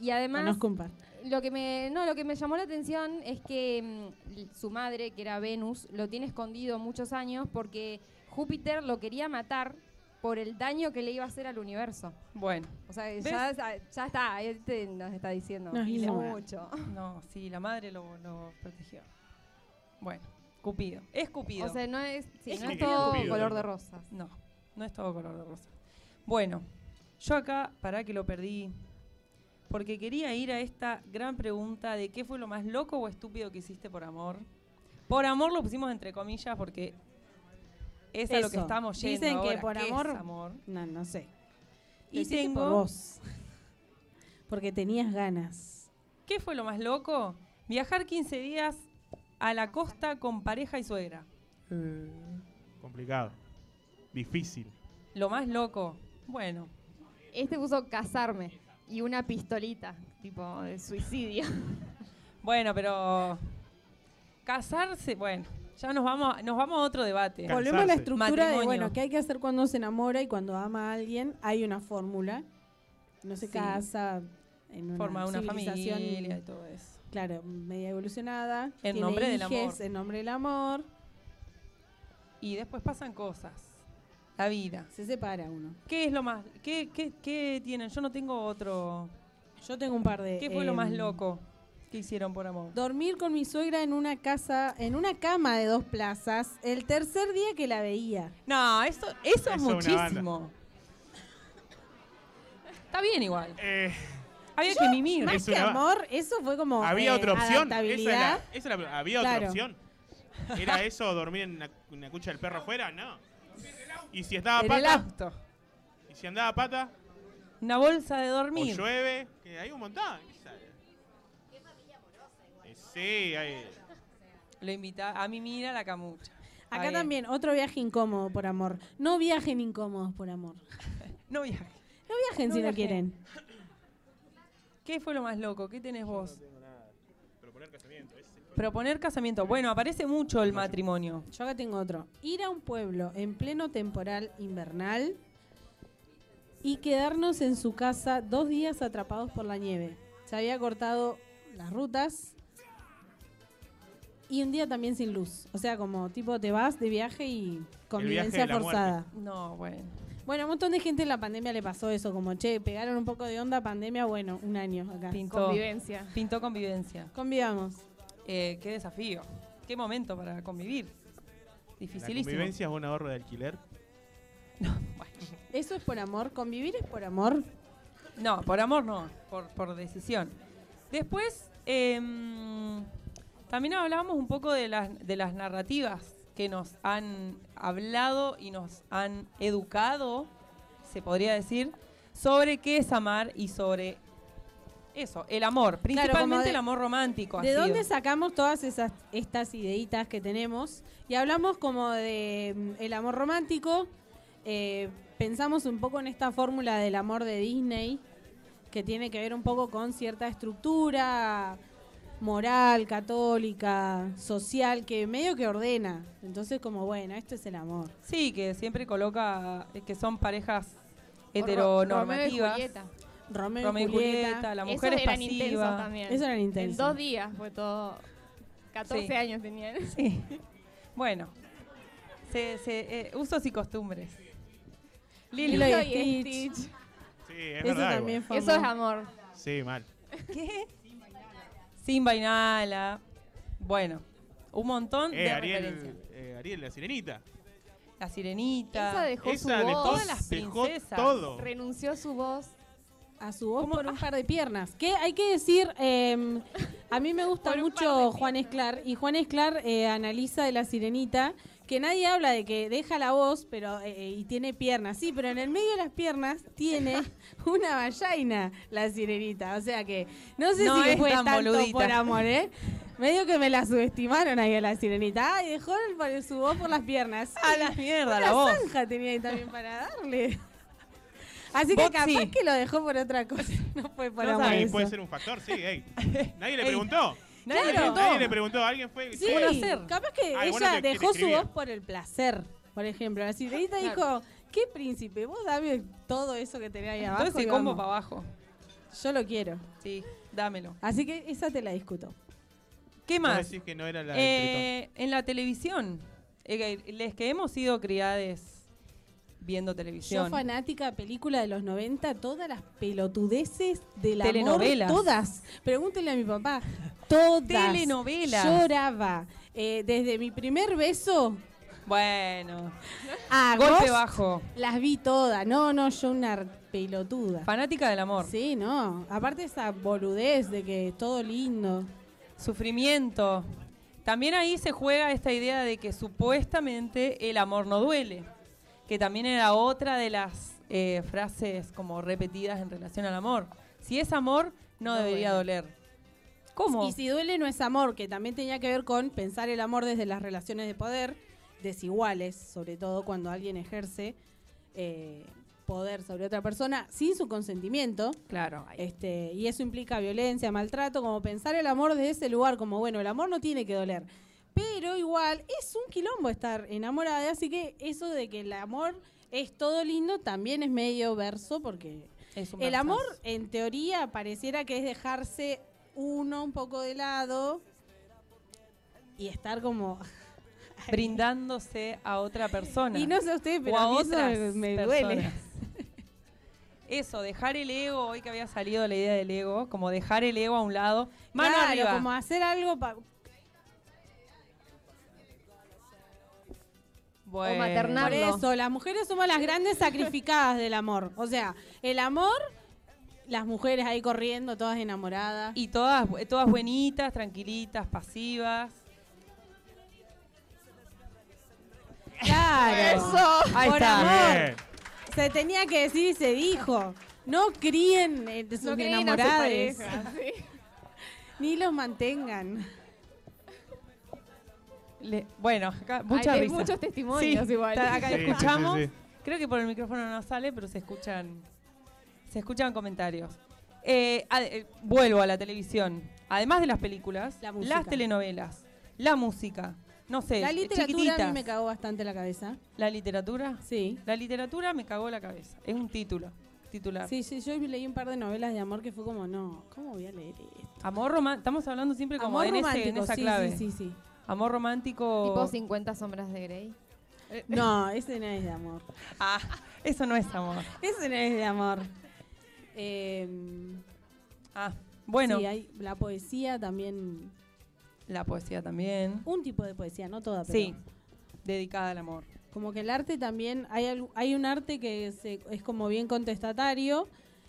S8: Y
S6: No
S8: además,
S6: nos comparta.
S8: lo que me no, lo que me llamó la atención es que mm, l- su madre, que era Venus, lo tiene escondido muchos años porque Júpiter lo quería matar por el daño que le iba a hacer al universo.
S5: Bueno,
S8: O sea,
S5: ¿Ves?
S8: ya, ya está, este nos está diciendo
S6: Nos hizo mal.
S8: mucho.
S5: no, sí, la madre lo, lo protegió. Bueno, Cupido. Es Cupido.
S8: O sea, no es, sí,
S5: Es
S8: no es
S7: Cupido.
S8: todo
S7: Cupido,
S8: color
S7: ¿no?
S8: de rosas.
S5: No, no es todo color de rosa. Bueno, yo acá, para que lo perdí, porque quería ir a esta gran pregunta de qué fue lo más loco o estúpido que hiciste por amor. Por amor lo pusimos entre comillas porque es a lo que
S6: Eso.
S5: estamos yendo
S6: Dicen que
S5: ahora.
S6: por
S5: ¿Qué es
S6: amor- No, no sé.
S5: Y
S6: Lo hiciste
S5: tengo-
S6: por vos. Porque tenías ganas.
S5: ¿Qué fue lo más loco? Viajar 15 días a la costa con pareja y suegra. Mm.
S7: Complicado. Difícil.
S5: Lo más loco. Bueno,
S8: Este puso casarme y una pistolita, tipo
S5: *laughs*
S8: de suicidio.
S5: bueno, pero casarse, bueno, ya nos vamos, a- nos vamos a otro debate.
S7: Cansarse.
S6: Volvemos a la estructura de,
S5: Matrimonio.
S6: bueno, ¿qué hay que hacer cuando se enamora y cuando ama a alguien? Hay una fórmula. No se
S5: Sí.
S6: casa en una
S5: forma una
S6: civilización,
S5: familia y todo eso.
S6: Claro, media evolucionada.
S5: En
S6: tiene
S5: nombre del
S6: hijes,
S5: amor.
S6: En nombre del amor.
S5: y después pasan cosas. La vida.
S6: Se separa uno.
S5: ¿Qué es lo más? ¿Qué, qué, qué tienen? Yo no tengo otro.
S6: Yo tengo un par de.
S5: ¿Qué fue lo más
S6: em,
S5: loco que hicieron por amor?
S6: Dormir con mi suegra en una casa, en una cama de dos plazas, el tercer día que la veía.
S5: No, eso, eso
S7: es
S5: es
S7: una
S5: muchísimo. Está bien igual.
S7: Eh,
S5: Había que mimir.
S6: Más
S7: Es
S6: que
S7: una-
S6: amor, eso fue como.
S7: había
S6: eh,
S7: otra opción. Esa es la-
S6: adaptabilidad.
S7: esa es la- había
S6: Claro.
S7: otra opción. ¿Era eso dormir en una, una cucha del perro afuera? No. ¿Y si estaba
S5: En el
S7: pata?
S5: auto.
S7: ¿Y si andaba pata?
S5: Una bolsa de
S7: ¿O
S5: dormir.
S7: llueve? Que hay un montón. ¿qué sabe? Eh, Sí, hay-
S5: Lo invita a mimir a la camucha. Está
S6: Acá
S5: bien.
S6: también, otro viaje incómodo por amor. No viajen incómodos por amor.
S5: No viaje.
S6: No viajen
S5: No
S6: si
S5: viajen.
S6: no quieren.
S5: ¿Qué fue lo más loco? ¿Qué tenés vos?
S7: Proponer casamiento. ese es el problema.
S5: Proponer casamiento. Bueno, aparece mucho el matrimonio.
S6: Yo acá tengo otro. Ir a un pueblo en pleno temporal invernal y quedarnos en su casa dos días atrapados por la nieve. Se había cortado las rutas y un día también sin luz. O sea, como tipo te vas de viaje y convivencia
S7: de la
S6: forzada.
S5: No, bueno.
S6: Bueno, un montón de gente en la pandemia le pasó eso, como che, pegaron un poco de onda pandemia, bueno, un año acá.
S5: Pintó.
S8: Convivencia.
S5: Pintó convivencia.
S6: Convivamos.
S5: Eh, qué desafío. Qué momento para convivir.
S7: La
S5: Dificilísimo.
S7: convivencia es un ahorro de alquiler.
S6: Eso es por amor, convivir es por amor.
S5: No, por amor no, por, por decisión. Después, em, también hablábamos un poco de las, de las narrativas que nos han hablado y nos han educado, se podría decir, sobre qué es amar y sobre eso, el amor, principalmente
S6: de-
S5: el amor romántico. ha
S6: ¿De
S5: sido.
S6: dónde sacamos todas esas estas ideitas que tenemos? Y hablamos como de mm, el amor romántico. eh, pensamos un poco en esta fórmula del amor de Disney, que tiene que ver un poco con cierta estructura moral, católica, social, que medio que ordena. Entonces, como bueno, esto es el amor.
S5: Sí, que siempre coloca eh, que son parejas
S8: Ro- Romeo y
S5: heteronormativas.
S8: Julieta.
S6: Romeo,
S5: Romeo y Julieta,
S6: Julieta.
S5: la
S8: Esos
S5: mujer es
S8: eran intensos
S5: pasiva.
S8: también.
S6: Eso era
S8: En
S6: intenso.
S8: dos días fue todo. 14
S5: Sí. *laughs*
S8: años tenían.
S5: Sí. Bueno, se, se, eh, usos y costumbres. Lili,
S6: Lilo y Stitch.
S8: Stitch.
S7: Sí, es
S6: Eso
S7: verdad.
S6: también
S7: igual.
S6: fue
S8: Eso es
S6: amor.
S8: amor.
S7: Sí, mal.
S5: ¿qué? Sin vainala. Bueno, un montón *laughs*
S7: Eh,
S5: de
S7: Ariel,
S5: referencias.
S7: eh, Ariel, la sirenita.
S5: La sirenita.
S8: Esa dejó
S7: Esa
S8: su
S7: dejó,
S8: voz.
S5: todas las
S7: dejó
S5: princesas.
S7: todo.
S8: Renunció a su voz.
S6: a su voz
S5: ¿Cómo?
S6: por un par de piernas. Que hay que decir, eh, a mí me gusta
S8: Por un par de
S6: mucho Juan Esclar y Juan Esclar eh, analiza de la sirenita que nadie habla de que deja la voz pero eh, y tiene piernas. Sí, pero en el medio de las piernas
S5: *laughs*
S6: tiene una vallaina la sirenita. O sea que no sé
S5: No
S6: si
S5: es
S6: fue
S5: tan
S6: tanto
S5: boludita.
S6: por amor, ¿eh? Medio que me la subestimaron ahí a la sirenita. Ay, dejó el- su voz por
S5: *laughs*
S6: las piernas. Sí.
S5: A la Ah, mierda,
S6: Una
S5: la voz.
S6: zanja tenía ahí también para
S5: *laughs*
S6: darle. Así
S5: Vos
S6: que capaz
S5: sí.
S6: que lo dejó por otra cosa. *laughs* No fue por
S5: No
S6: amor.
S5: sabés.
S7: Sí,
S6: eso.
S7: puede ser un factor,
S5: *laughs*
S7: sí, ey. Nadie le
S5: Ey.
S7: preguntó.
S5: Nadie
S6: Claro.
S5: preguntó.
S7: Nadie le preguntó. Alguien fue.
S6: Sí,
S7: che,
S5: ¿Cómo lo hacer?
S6: capaz que
S7: Ah, igual no
S6: ella
S7: te- te
S6: dejó su
S7: escribía.
S6: voz por el placer, por ejemplo. La sirenita
S8: Claro.
S6: dijo, ¿qué príncipe? Vos dame todo eso que tenés ahí abajo.
S5: Todo ese
S6: y
S5: combo
S6: vamos.
S5: para abajo.
S6: Yo lo quiero.
S5: Sí, dámelo.
S6: Así que esa te la discuto.
S5: ¿Qué
S7: vos
S5: más?
S7: decís que no era la del
S5: Eh, en la televisión. Eh, les que hemos sido criades viendo
S6: Yo
S5: televisión.
S6: fanática de película de los 90, todas las pelotudeces de la
S5: Telenovelas.
S6: todas. Pregúntenle a mi papá, todas.
S5: Telenovelas.
S6: Lloraba. Eh, desde mi primer beso
S5: Bueno,
S6: a
S5: golpe
S6: Ghost,
S5: bajo.
S6: Ah, las vi todas. No, no, yo una pelotuda.
S5: Fanática del amor.
S6: Sí, no. Aparte esa boludez de que todo lindo.
S5: Sufrimiento. También ahí se juega esta idea de que supuestamente el amor no duele, que también era otra de las eh, frases como repetidas en relación al amor. Si es amor, no,
S8: No
S5: debería doler. ¿Cómo?
S6: Y si duele no es amor, que también tenía que ver con pensar el amor desde las relaciones de poder, desiguales, sobre todo cuando alguien ejerce eh, poder sobre otra persona sin su consentimiento.
S5: Claro. ahí.
S6: Este, y eso implica violencia, maltrato, como pensar el amor desde ese lugar, como bueno, el amor no tiene que doler. Pero igual es un quilombo estar enamorada, así que eso de que el amor es todo lindo también es medio verso, porque
S5: Es un
S6: el
S5: versazo.
S6: amor, en teoría, pareciera que es dejarse uno un poco de lado y estar como
S5: brindándose a otra persona.
S6: *laughs* Y no sé a ustedes,
S5: o
S6: pero
S5: a
S6: a mí eso
S5: otras
S6: me duele.
S5: personas. *laughs* Eso, dejar el ego, hoy que había salido la idea del ego, como dejar el ego a un lado, mano
S6: Claro,
S5: arriba.
S6: como hacer algo para...
S5: Bueno.
S8: maternar.
S6: Por
S8: Nardo.
S6: eso, las mujeres somos las grandes sacrificadas del amor. O sea, el amor, las mujeres ahí corriendo, todas enamoradas.
S5: Y todas, todas buenitas, tranquilitas, pasivas.
S6: Claro.
S8: Eso.
S5: Ahí
S6: Por
S5: está.
S6: amor.
S7: Bien.
S6: Se tenía que decir y se dijo. No críen eh, sus
S8: No creen a su
S6: enamorados.
S8: pareja,
S5: *laughs*
S8: sí.
S6: Ni los mantengan.
S5: Le- bueno, acá mucha
S8: Hay- hay
S5: risa.
S8: muchos testimonios
S5: Sí,
S8: igual.
S5: está- acá
S7: Sí, sí,
S5: escuchamos.
S7: sí, sí.
S5: Creo que por el micrófono no sale, pero se escuchan, se escuchan comentarios. Eh, a- eh, vuelvo a la televisión. Además de las películas,
S6: La música.
S5: las telenovelas, la música, no sé,
S6: La
S5: eh,
S6: literatura a
S5: chiquititas.
S6: mí me cagó bastante la cabeza.
S5: La literatura.
S6: Sí.
S5: La literatura me cagó la cabeza. Es un título, titular.
S6: Sí, sí, yo leí un par de novelas de amor que fue como, no, ¿cómo voy a leer esto?
S5: Amor romántico. Estamos hablando siempre como
S6: Amor
S5: en, ese- en
S6: romántico,
S5: esa
S6: sí,
S5: clave.
S6: sí, sí, sí.
S5: Amor romántico.
S8: Tipo 50 sombras de Grey.
S6: No, ese no es de amor.
S5: Ah, eso no es amor.
S6: Ese no es de amor. Eh,
S5: Ah, bueno,
S6: sí, hay la poesía también,
S5: la poesía también.
S6: un tipo de poesía, no toda, pero
S5: Sí, dedicada al amor.
S6: como que el arte también, hay, al- hay un arte que se- es como bien contestatario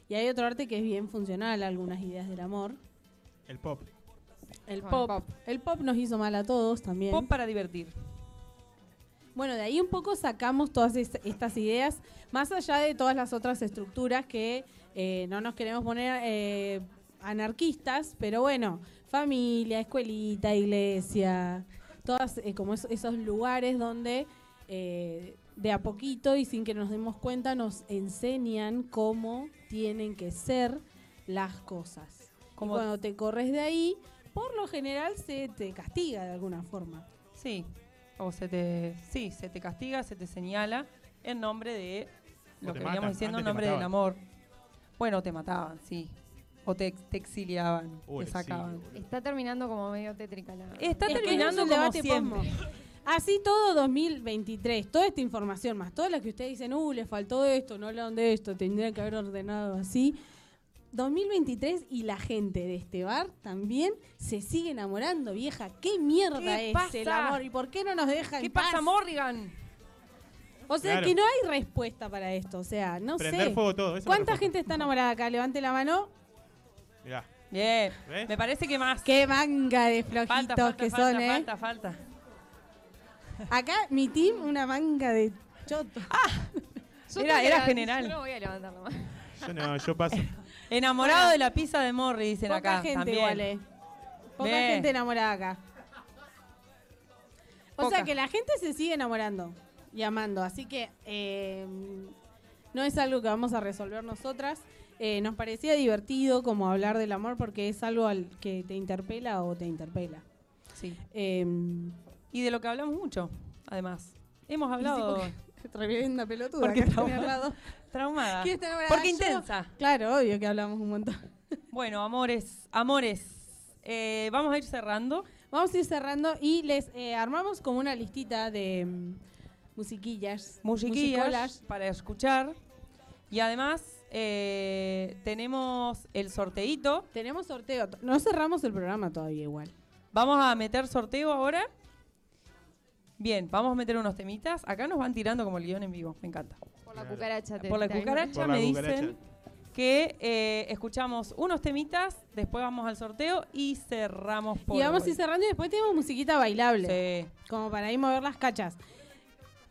S6: y hay otro arte que es bien funcional, algunas ideas del amor.
S7: El pop.
S6: El
S8: Con el
S6: pop.
S8: pop.
S6: El pop nos hizo mal a todos también.
S5: Pop para divertir.
S6: Bueno, de ahí un poco sacamos todas es- estas ideas, más allá de todas las otras estructuras que eh, no nos queremos poner eh, anarquistas, pero bueno, familia, escuelita, iglesia, todas eh, como es- esos lugares donde eh, de a poquito y sin que nos demos cuenta nos enseñan cómo tienen que ser las cosas. Y
S5: Como-
S6: cuando te corres de ahí, por lo general se te castiga de alguna forma.
S5: Sí, o se te, sí, se te castiga, se te señala en nombre de
S7: O
S5: lo
S7: te
S5: que veníamos
S7: matan,
S5: diciendo,
S7: antes
S5: en
S7: te
S5: nombre del
S7: mataban.
S5: amor. Bueno, te mataban, sí. O te, te exiliaban,
S7: Uh, el
S5: te sacaban. Este,
S7: exilio, boludo.
S8: Está terminando como medio tétrica la. Eh,
S5: Está
S6: Es que
S5: terminando
S6: no es un
S5: como
S6: debate
S5: siempre.
S6: posmo. Así todo 2023, toda esta información, más todas las que ustedes dicen, uh, le faltó esto, no hablaron de esto, tendrían que haber ordenado así. 2023 y la gente de este bar también se sigue enamorando, vieja. ¿Qué mierda
S5: ¿Qué
S6: es
S5: pasa?
S6: el amor? ¿Y por qué no nos dejan
S5: ¿Qué pasa,
S6: amor?
S5: Morrigan?
S6: O sea,
S7: Claro.
S6: que no hay respuesta para esto, o sea, no
S7: Prender
S6: sé.
S7: fuego todo. esa es la
S6: ¿Cuánta
S7: respuesta.
S6: gente está enamorada acá? Levante la mano.
S7: Mirá.
S5: Bien,
S7: ¿Ves?
S5: me parece que más.
S6: Qué manga de flojitos
S5: Falta, falta,
S6: que
S5: falta,
S6: son, ¿eh?
S5: falta, falta.
S6: Acá mi team, una manga de chotos.
S8: Yo
S5: Era-
S8: tengo que
S5: era
S8: la-
S5: general.
S8: Yo no voy a levantar la mano.
S7: Yo no, yo
S5: *laughs*
S7: paso.
S5: Enamorado de la pizza de Morri, dicen
S6: Poca
S5: acá.
S6: gente
S5: también.
S6: igual, eh. Poca
S5: Ve.
S6: gente enamorada acá. O
S5: Poca.
S6: sea que la gente se sigue enamorando y amando. Así que eh, no es algo que vamos a resolver nosotras. Eh, nos parecía divertido como hablar del amor porque es algo al que te interpela o te interpela.
S5: Sí.
S6: Eh,
S5: Y de lo que hablamos mucho, además. Hemos hablado
S6: *laughs* tremenda pelotuda.
S5: Porque
S6: que está
S5: estamos-
S6: al lado.
S5: *laughs* traumada.
S6: ¿Quién está enamorada?
S5: Porque
S6: Yo.
S5: intensa.
S6: Claro, obvio que hablamos un montón.
S5: Bueno, amores, amores. eh, vamos a ir cerrando.
S6: Vamos a ir cerrando y les eh, armamos como una listita de mm, musiquillas.
S5: Musiquillas
S6: musicolas.
S5: para escuchar. Y además eh, tenemos el sorteíto.
S6: Tenemos sorteo. to- No cerramos el programa todavía igual.
S5: Vamos a meter sorteo ahora. Bien, vamos a meter unos temitas. Acá nos van tirando como el guión en vivo. Me encanta.
S8: Por la cucaracha. te-
S5: Por la
S6: este
S8: te-
S5: cucaracha
S7: Por la
S5: me
S7: cucaracha.
S5: dicen que eh, escuchamos unos temitas, después vamos al sorteo y cerramos por
S6: y vamos a
S5: hoy.
S6: ir cerrando y después tenemos musiquita bailable.
S5: Sí.
S6: Como para ir mover las cachas.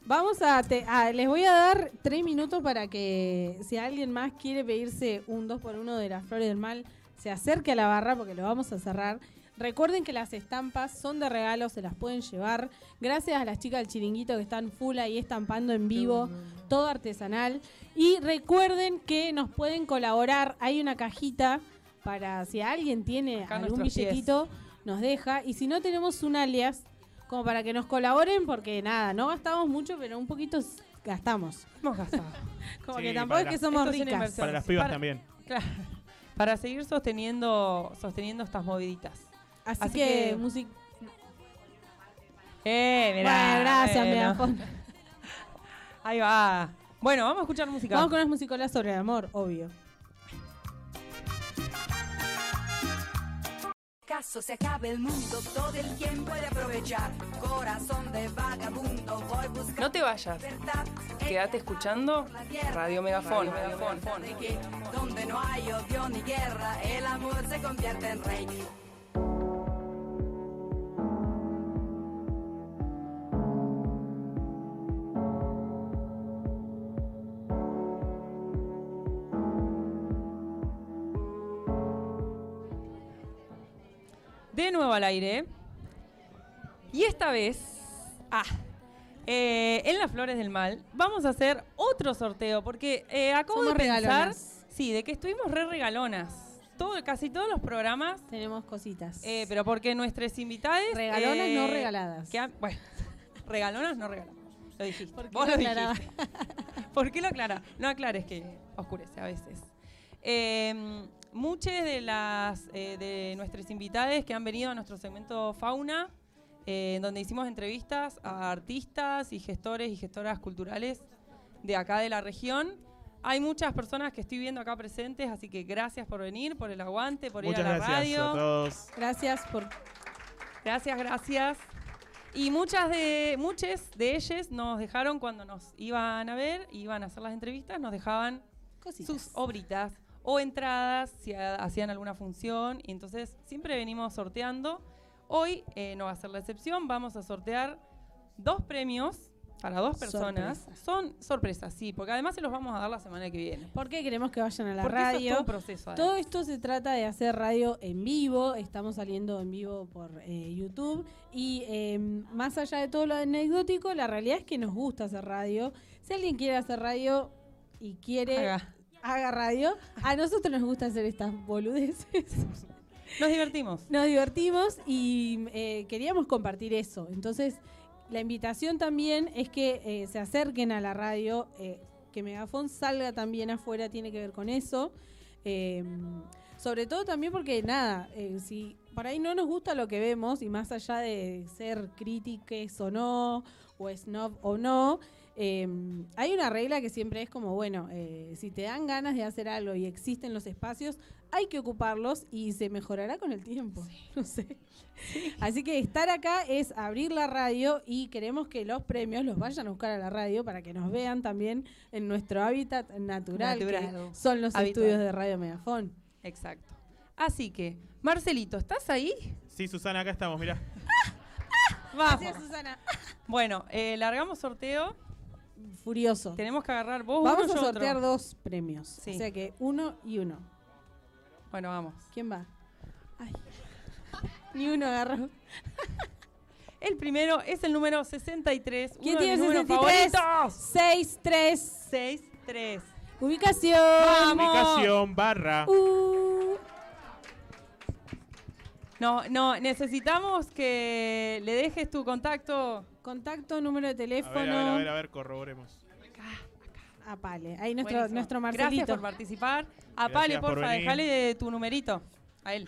S6: Vamos a, te- ah, Les voy a dar tres minutos para que si alguien más quiere pedirse un 2x1 de las flores del mal, se acerque a la barra porque lo vamos a cerrar. Recuerden que las estampas son de regalo, se las pueden llevar. Gracias a las chicas del chiringuito que están full ahí estampando en vivo, todo artesanal. Y recuerden que nos pueden colaborar. Hay una cajita para si alguien tiene
S5: Acá
S6: algún
S5: nuestros pies.
S6: billetito, nos deja. Y si no tenemos un alias, como para que nos colaboren, porque nada, no gastamos mucho, pero un poquito s- gastamos.
S5: Hemos gastado.
S6: Como
S7: Sí,
S6: que tampoco es
S7: para-
S6: que somos
S5: Esto es una
S6: ricas.
S5: inversión.
S7: Para las pibas
S5: Para-
S7: también.
S5: Claro. Para seguir sosteniendo, sosteniendo estas moviditas.
S6: Así,
S5: Así
S6: que,
S5: que-
S6: music-
S5: Eh, mirá,
S6: bueno, gracias,
S5: bueno.
S6: megafón.
S5: Ahí va. Bueno, vamos a escuchar música.
S6: Vamos con unas musicolas sobre el amor, obvio.
S3: Caso se acabe el mundo, todo el tiempo he de aprovechar. Corazón de vagabundo, voy buscando
S5: No te vayas.
S3: libertad.
S5: Quédate escuchando Radio Megafón.
S3: De que donde no hay odio ni guerra, el amor se convierte en rey.
S5: De nuevo al aire. Y esta vez, ah, eh, en las flores del mal, vamos a hacer otro sorteo. Porque eh, acabo
S6: Somos
S5: de pensar.
S6: regalonas.
S5: Sí, de que estuvimos re regalonas. Todo, casi todos los programas.
S6: Tenemos cositas.
S5: Eh, pero porque nuestras invitadas.
S6: Regalonas,
S5: eh,
S6: no regaladas.
S5: que han- bueno, *laughs* regalonas, no regaladas. Lo dijiste.
S6: ¿Por qué
S5: Vos lo
S6: lo aclaraba?
S5: dijiste. ¿Por qué lo aclara? No aclares que oscurece a veces. Eh, muchas de las eh, de nuestras invitadas que han venido a nuestro segmento Fauna, eh, donde hicimos entrevistas a artistas y gestores y gestoras culturales de acá de la región. Hay muchas personas que estoy viendo acá presentes, así que gracias por venir, por el aguante, por
S7: Muchas
S5: ir a la
S7: gracias
S5: radio.
S7: a todos.
S6: Gracias por.
S5: Gracias, gracias. Y muchas de muchas de ellas nos dejaron cuando nos iban a ver, iban a hacer las entrevistas, nos dejaban
S6: Cositas.
S5: sus obritas o entradas si ha- hacían alguna función. Y entonces siempre venimos sorteando. Hoy eh, no va a ser la excepción. Vamos a sortear dos premios para dos personas.
S6: Sorpresa.
S5: Son sorpresas, sí, porque además se los vamos a dar la semana que viene.
S6: ¿Por qué queremos que vayan a la
S5: porque eso es
S6: radio?
S5: todo un proceso. además.
S6: Todo esto se trata de hacer radio en vivo, estamos saliendo en vivo por eh, YouTube y eh, más allá de todo lo anecdótico, la realidad es que nos gusta hacer radio. Si alguien quiere hacer radio y quiere
S5: Haga.
S6: haga radio, a nosotros nos gusta hacer estas boludeces.
S5: *laughs* Nos divertimos.
S6: Nos divertimos y eh, queríamos compartir eso. Entonces, la invitación también es que eh, se acerquen a la radio, eh, que Megafon salga también afuera, tiene que ver con eso. Eh, sobre todo también porque, nada, eh, si por ahí no nos gusta lo que vemos, y más allá de ser críticas o no, o snob o pues no, eh, hay una regla que siempre es como, bueno, eh, si te dan ganas de hacer algo y existen los espacios, hay que ocuparlos y se mejorará con el tiempo. *laughs* No sé. Así que estar acá es abrir la radio y queremos que los premios los vayan a buscar a la radio para que nos vean también en nuestro hábitat natural, que
S5: Natural.
S6: son los
S5: Habitual.
S6: estudios de Radio Megafón.
S5: Exacto. Así que, Marcelito, ¿estás ahí?
S7: Sí, Susana, acá estamos, mirá.
S5: Vamos.
S6: Gracias, Susana.
S5: Bueno, eh, largamos sorteo.
S6: Furioso.
S5: Tenemos que agarrar vos
S6: Vamos
S5: uno,
S6: a
S5: yo
S6: sortear
S5: otro.
S6: dos premios.
S5: Sí.
S6: O sea que uno y uno.
S5: Bueno, vamos.
S6: ¿Quién va? Ay. Ni uno agarró.
S5: El primero es el número 63. uno
S6: ¿Quién
S5: de
S6: tiene
S5: mis números
S6: 63?
S5: favoritos.
S6: 6-3.
S5: 63.
S6: Ubicación.
S7: Ubicación barra.
S6: Uh.
S5: No, no, necesitamos que le dejes tu contacto.
S6: Contacto, número de
S7: A
S6: teléfono.
S7: ver, a ver, a ver, a ver, corroboremos.
S6: Ah, pale. Ahí nuestro,
S5: Buenísimo.
S6: nuestro
S5: Gracias
S6: Marcelito.
S5: por participar. A Pale,
S7: Gracias por
S5: porfa,
S7: venir.
S5: dejale tu numerito. A él.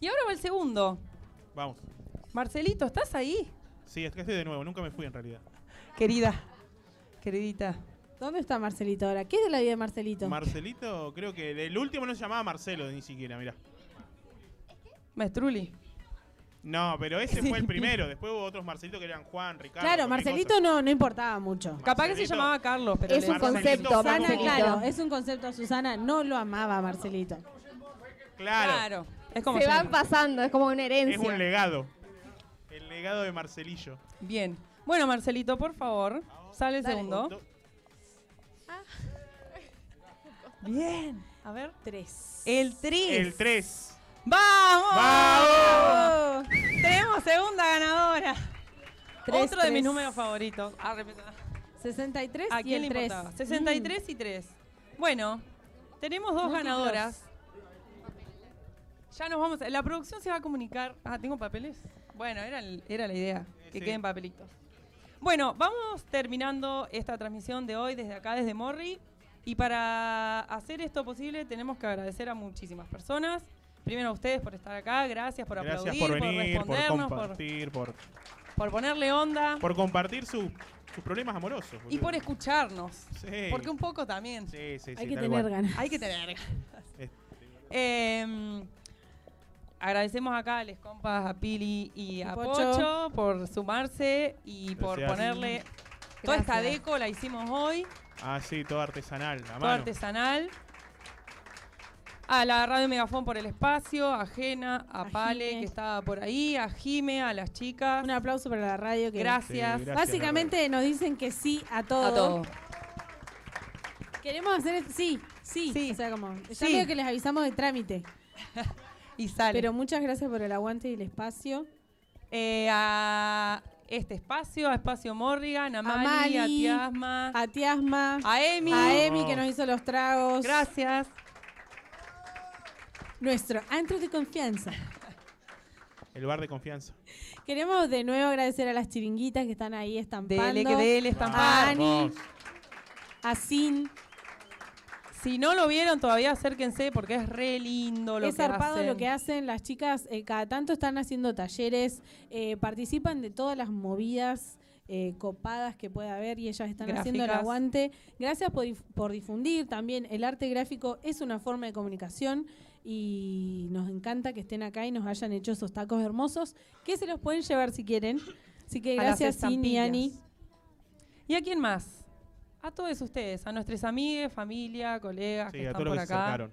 S5: Y ahora va el segundo.
S7: Vamos.
S5: Marcelito, ¿estás ahí?
S7: Sí, acá estoy de nuevo, nunca me fui en realidad.
S5: Querida. Queridita.
S6: ¿Dónde está Marcelito ahora? ¿Qué es de la vida de Marcelito?
S7: Marcelito, creo que el último no se llamaba Marcelo ni siquiera, mirá.
S5: Maestruli.
S7: No, pero
S5: *laughs*
S7: ese
S5: Sí.
S7: fue el primero. Después hubo otros Marcelito que eran Juan, Ricardo.
S6: claro,
S7: cualquier
S6: Marcelito
S7: cosa.
S6: no, no importaba mucho.
S5: Capaz que se
S7: Marcelito.
S5: llamaba Carlos, pero
S8: Es
S5: le-
S8: un concepto,
S7: Susana,
S6: Susana,
S8: Marcelito.
S6: claro, es un concepto. Susana no lo amaba Marcelito.
S7: Claro.
S5: Claro. Es como
S8: Se van
S5: siempre.
S8: pasando, es como una
S7: Es un
S8: herencia.
S7: legado. El legado de Marcelillo.
S5: Bien. Bueno, Marcelito, por favor, sale el
S6: Dale.
S5: segundo. Bien. A ver.
S6: Tres.
S5: El 3.
S7: El 3.
S5: ¡Vamos!
S7: ¡Vamos!
S5: Tenemos segunda ganadora.
S6: Tres,
S5: Otro de mis
S6: tres.
S5: números favoritos. Ah, repito.
S6: 63
S5: ¿A
S6: y
S5: quién le
S6: el 3.
S5: importaba? 63 y 3. Bueno, tenemos dos
S6: Múltiplos.
S5: ganadoras. Ya nos vamos. a- La producción se va a comunicar. Ah, ¿tengo papeles? Bueno, era, el- era la idea.
S7: Eh,
S5: Que
S7: sí.
S5: queden papelitos. Bueno, vamos terminando esta transmisión de hoy desde acá, desde Morri. Y para hacer esto posible tenemos que agradecer a muchísimas personas. Primero a ustedes por estar acá, gracias por
S7: Gracias
S5: aplaudir,
S7: por venir, por
S5: respondernos, por,
S7: compartir, por
S5: por ponerle onda
S7: Por compartir su- sus problemas amorosos.
S5: y
S7: boludo.
S5: por escucharnos.
S7: Sí.
S5: Porque un poco también.
S7: Sí, sí, sí,
S6: Hay que
S7: tal
S6: tener
S7: cual.
S6: ganas.
S5: Hay que
S7: *laughs*
S5: tener.
S7: Es-
S5: Eh, agradecemos acá a les compas, a Pili y a
S6: Y
S5: Pocho,
S6: Pocho.
S5: por sumarse y por
S7: Gracias.
S5: ponerle toda esta
S6: Gracias.
S5: deco, la hicimos hoy,
S7: Ah, sí, todo artesanal. A
S5: toda
S7: mano.
S5: artesanal. A la Radio Megafón por el espacio, a Jena, a,
S6: A
S5: Pale,
S6: Jime.
S5: que estaba por ahí, a Jime, a las chicas.
S6: Un aplauso para la radio que
S7: Sí,
S5: gracias.
S7: gracias,
S6: básicamente nos dicen que sí a todo.
S8: A todos.
S6: Queremos hacer sí, sí,
S5: Sí.
S6: o sea como ya
S5: Sí.
S6: medio que les avisamos de trámite.
S5: Y sale.
S6: Pero muchas gracias por el aguante y el espacio.
S5: Eh, a este espacio, a Espacio Morrigan, a,
S6: A
S5: Mali, a
S6: Mali,
S5: Tiasma, Ah. a,
S6: A Tiasma, a,
S5: Emi.
S6: Emi que nos hizo los tragos.
S5: Gracias.
S6: Nuestro antro de confianza.
S7: El bar de confianza.
S6: Queremos de nuevo agradecer a las chiringuitas que están ahí estampando.
S5: Dele, que dele, estampar.
S6: Ah. Ani.
S7: Vamos.
S6: A Sin.
S5: Ah. Si no lo vieron todavía, acérquense porque es re lindo lo
S6: es
S5: que
S6: zarpado
S5: hacen.
S6: lo que hacen las chicas. eh, cada tanto están haciendo talleres, eh, participan de todas las movidas eh, copadas que pueda haber y ellas están haciendo el
S5: Gráficas.
S6: aguante. Gracias por, dif- por difundir también. El arte gráfico es una forma de comunicación y nos encanta que estén acá y nos hayan hecho esos tacos hermosos que se los pueden llevar si quieren. Así que
S5: A las
S6: gracias, Sin y
S5: estampillas.
S6: Ani.
S5: ¿Y a quién más? A todos ustedes, a nuestros amigos, familia, colegas
S7: Sí,
S5: que
S7: a
S5: están
S7: todos
S5: por
S7: los que se
S5: acá.
S7: acercaron.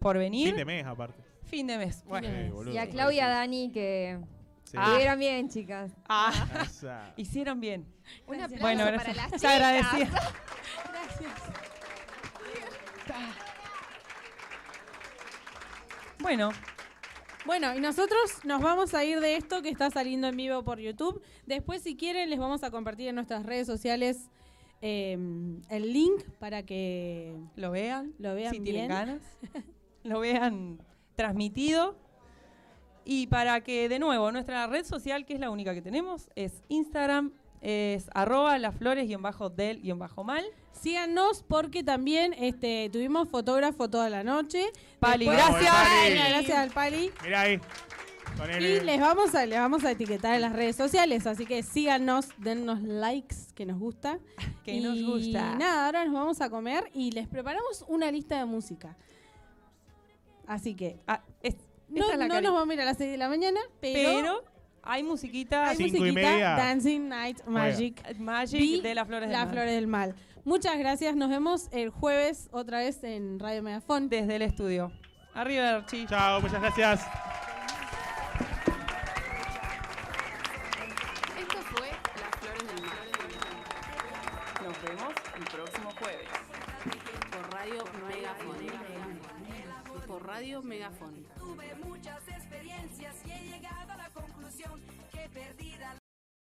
S5: por
S7: Fin
S5: venir.
S7: de mes, aparte.
S5: Fin de mes. Bueno.
S7: Sí, boludo.
S8: Y a Claudia Dani que
S7: Sí.
S8: estuvieron bien, chicas.
S5: Ah,
S7: Esa.
S5: hicieron bien.
S8: Un aplauso
S5: Bueno,
S8: para
S5: gracias.
S8: las
S5: Te agradecía.
S8: chicas.
S5: *laughs* Bueno,
S6: Bueno, y nosotros nos vamos a ir de esto que está saliendo en vivo por YouTube. Después, si quieren, les vamos a compartir en nuestras redes sociales eh, el link para que
S5: lo vean.
S6: lo vean
S5: si tienen
S6: bien.
S5: ganas. *laughs* lo vean transmitido. Y para que, de nuevo, nuestra red social, que es la única que tenemos, es Instagram, es arroba laflores-del-mal.
S6: Síganos porque también este, tuvimos fotógrafo toda la noche.
S5: Pali,
S6: Después-
S7: gracias. Pali.
S6: Bueno, gracias al Pali.
S7: Mirá ahí. Con eh. el-
S6: Y les vamos, a, les vamos a etiquetar en las redes sociales, así que síganos, dennos likes, que nos gusta.
S5: Que nos
S6: Y
S5: gusta.
S6: nada, ahora nos vamos a comer y les preparamos una lista de música. Así que
S5: Ah, es-
S6: No,
S5: esta es la
S6: no
S5: cari-
S6: nos vamos a ir a las 6 de la mañana, pero,
S5: pero hay musiquita
S6: hay
S7: Cinco y
S6: musiquita
S7: media.
S6: Dancing Night Magic
S5: Magic
S6: Vi
S5: de las flores de
S6: Las Flores del Mal. Muchas gracias, nos vemos el jueves otra vez en Radio Megafon.
S5: desde el estudio. Arriba, Archie.
S7: Chao, muchas gracias.
S4: Esto fue Las Flores del Mar.
S5: Nos vemos el próximo jueves.
S4: Por Radio Megafón. Por Radio Megafón.
S3: Tuve muchas experiencias y he llegado a la conclusión que perdida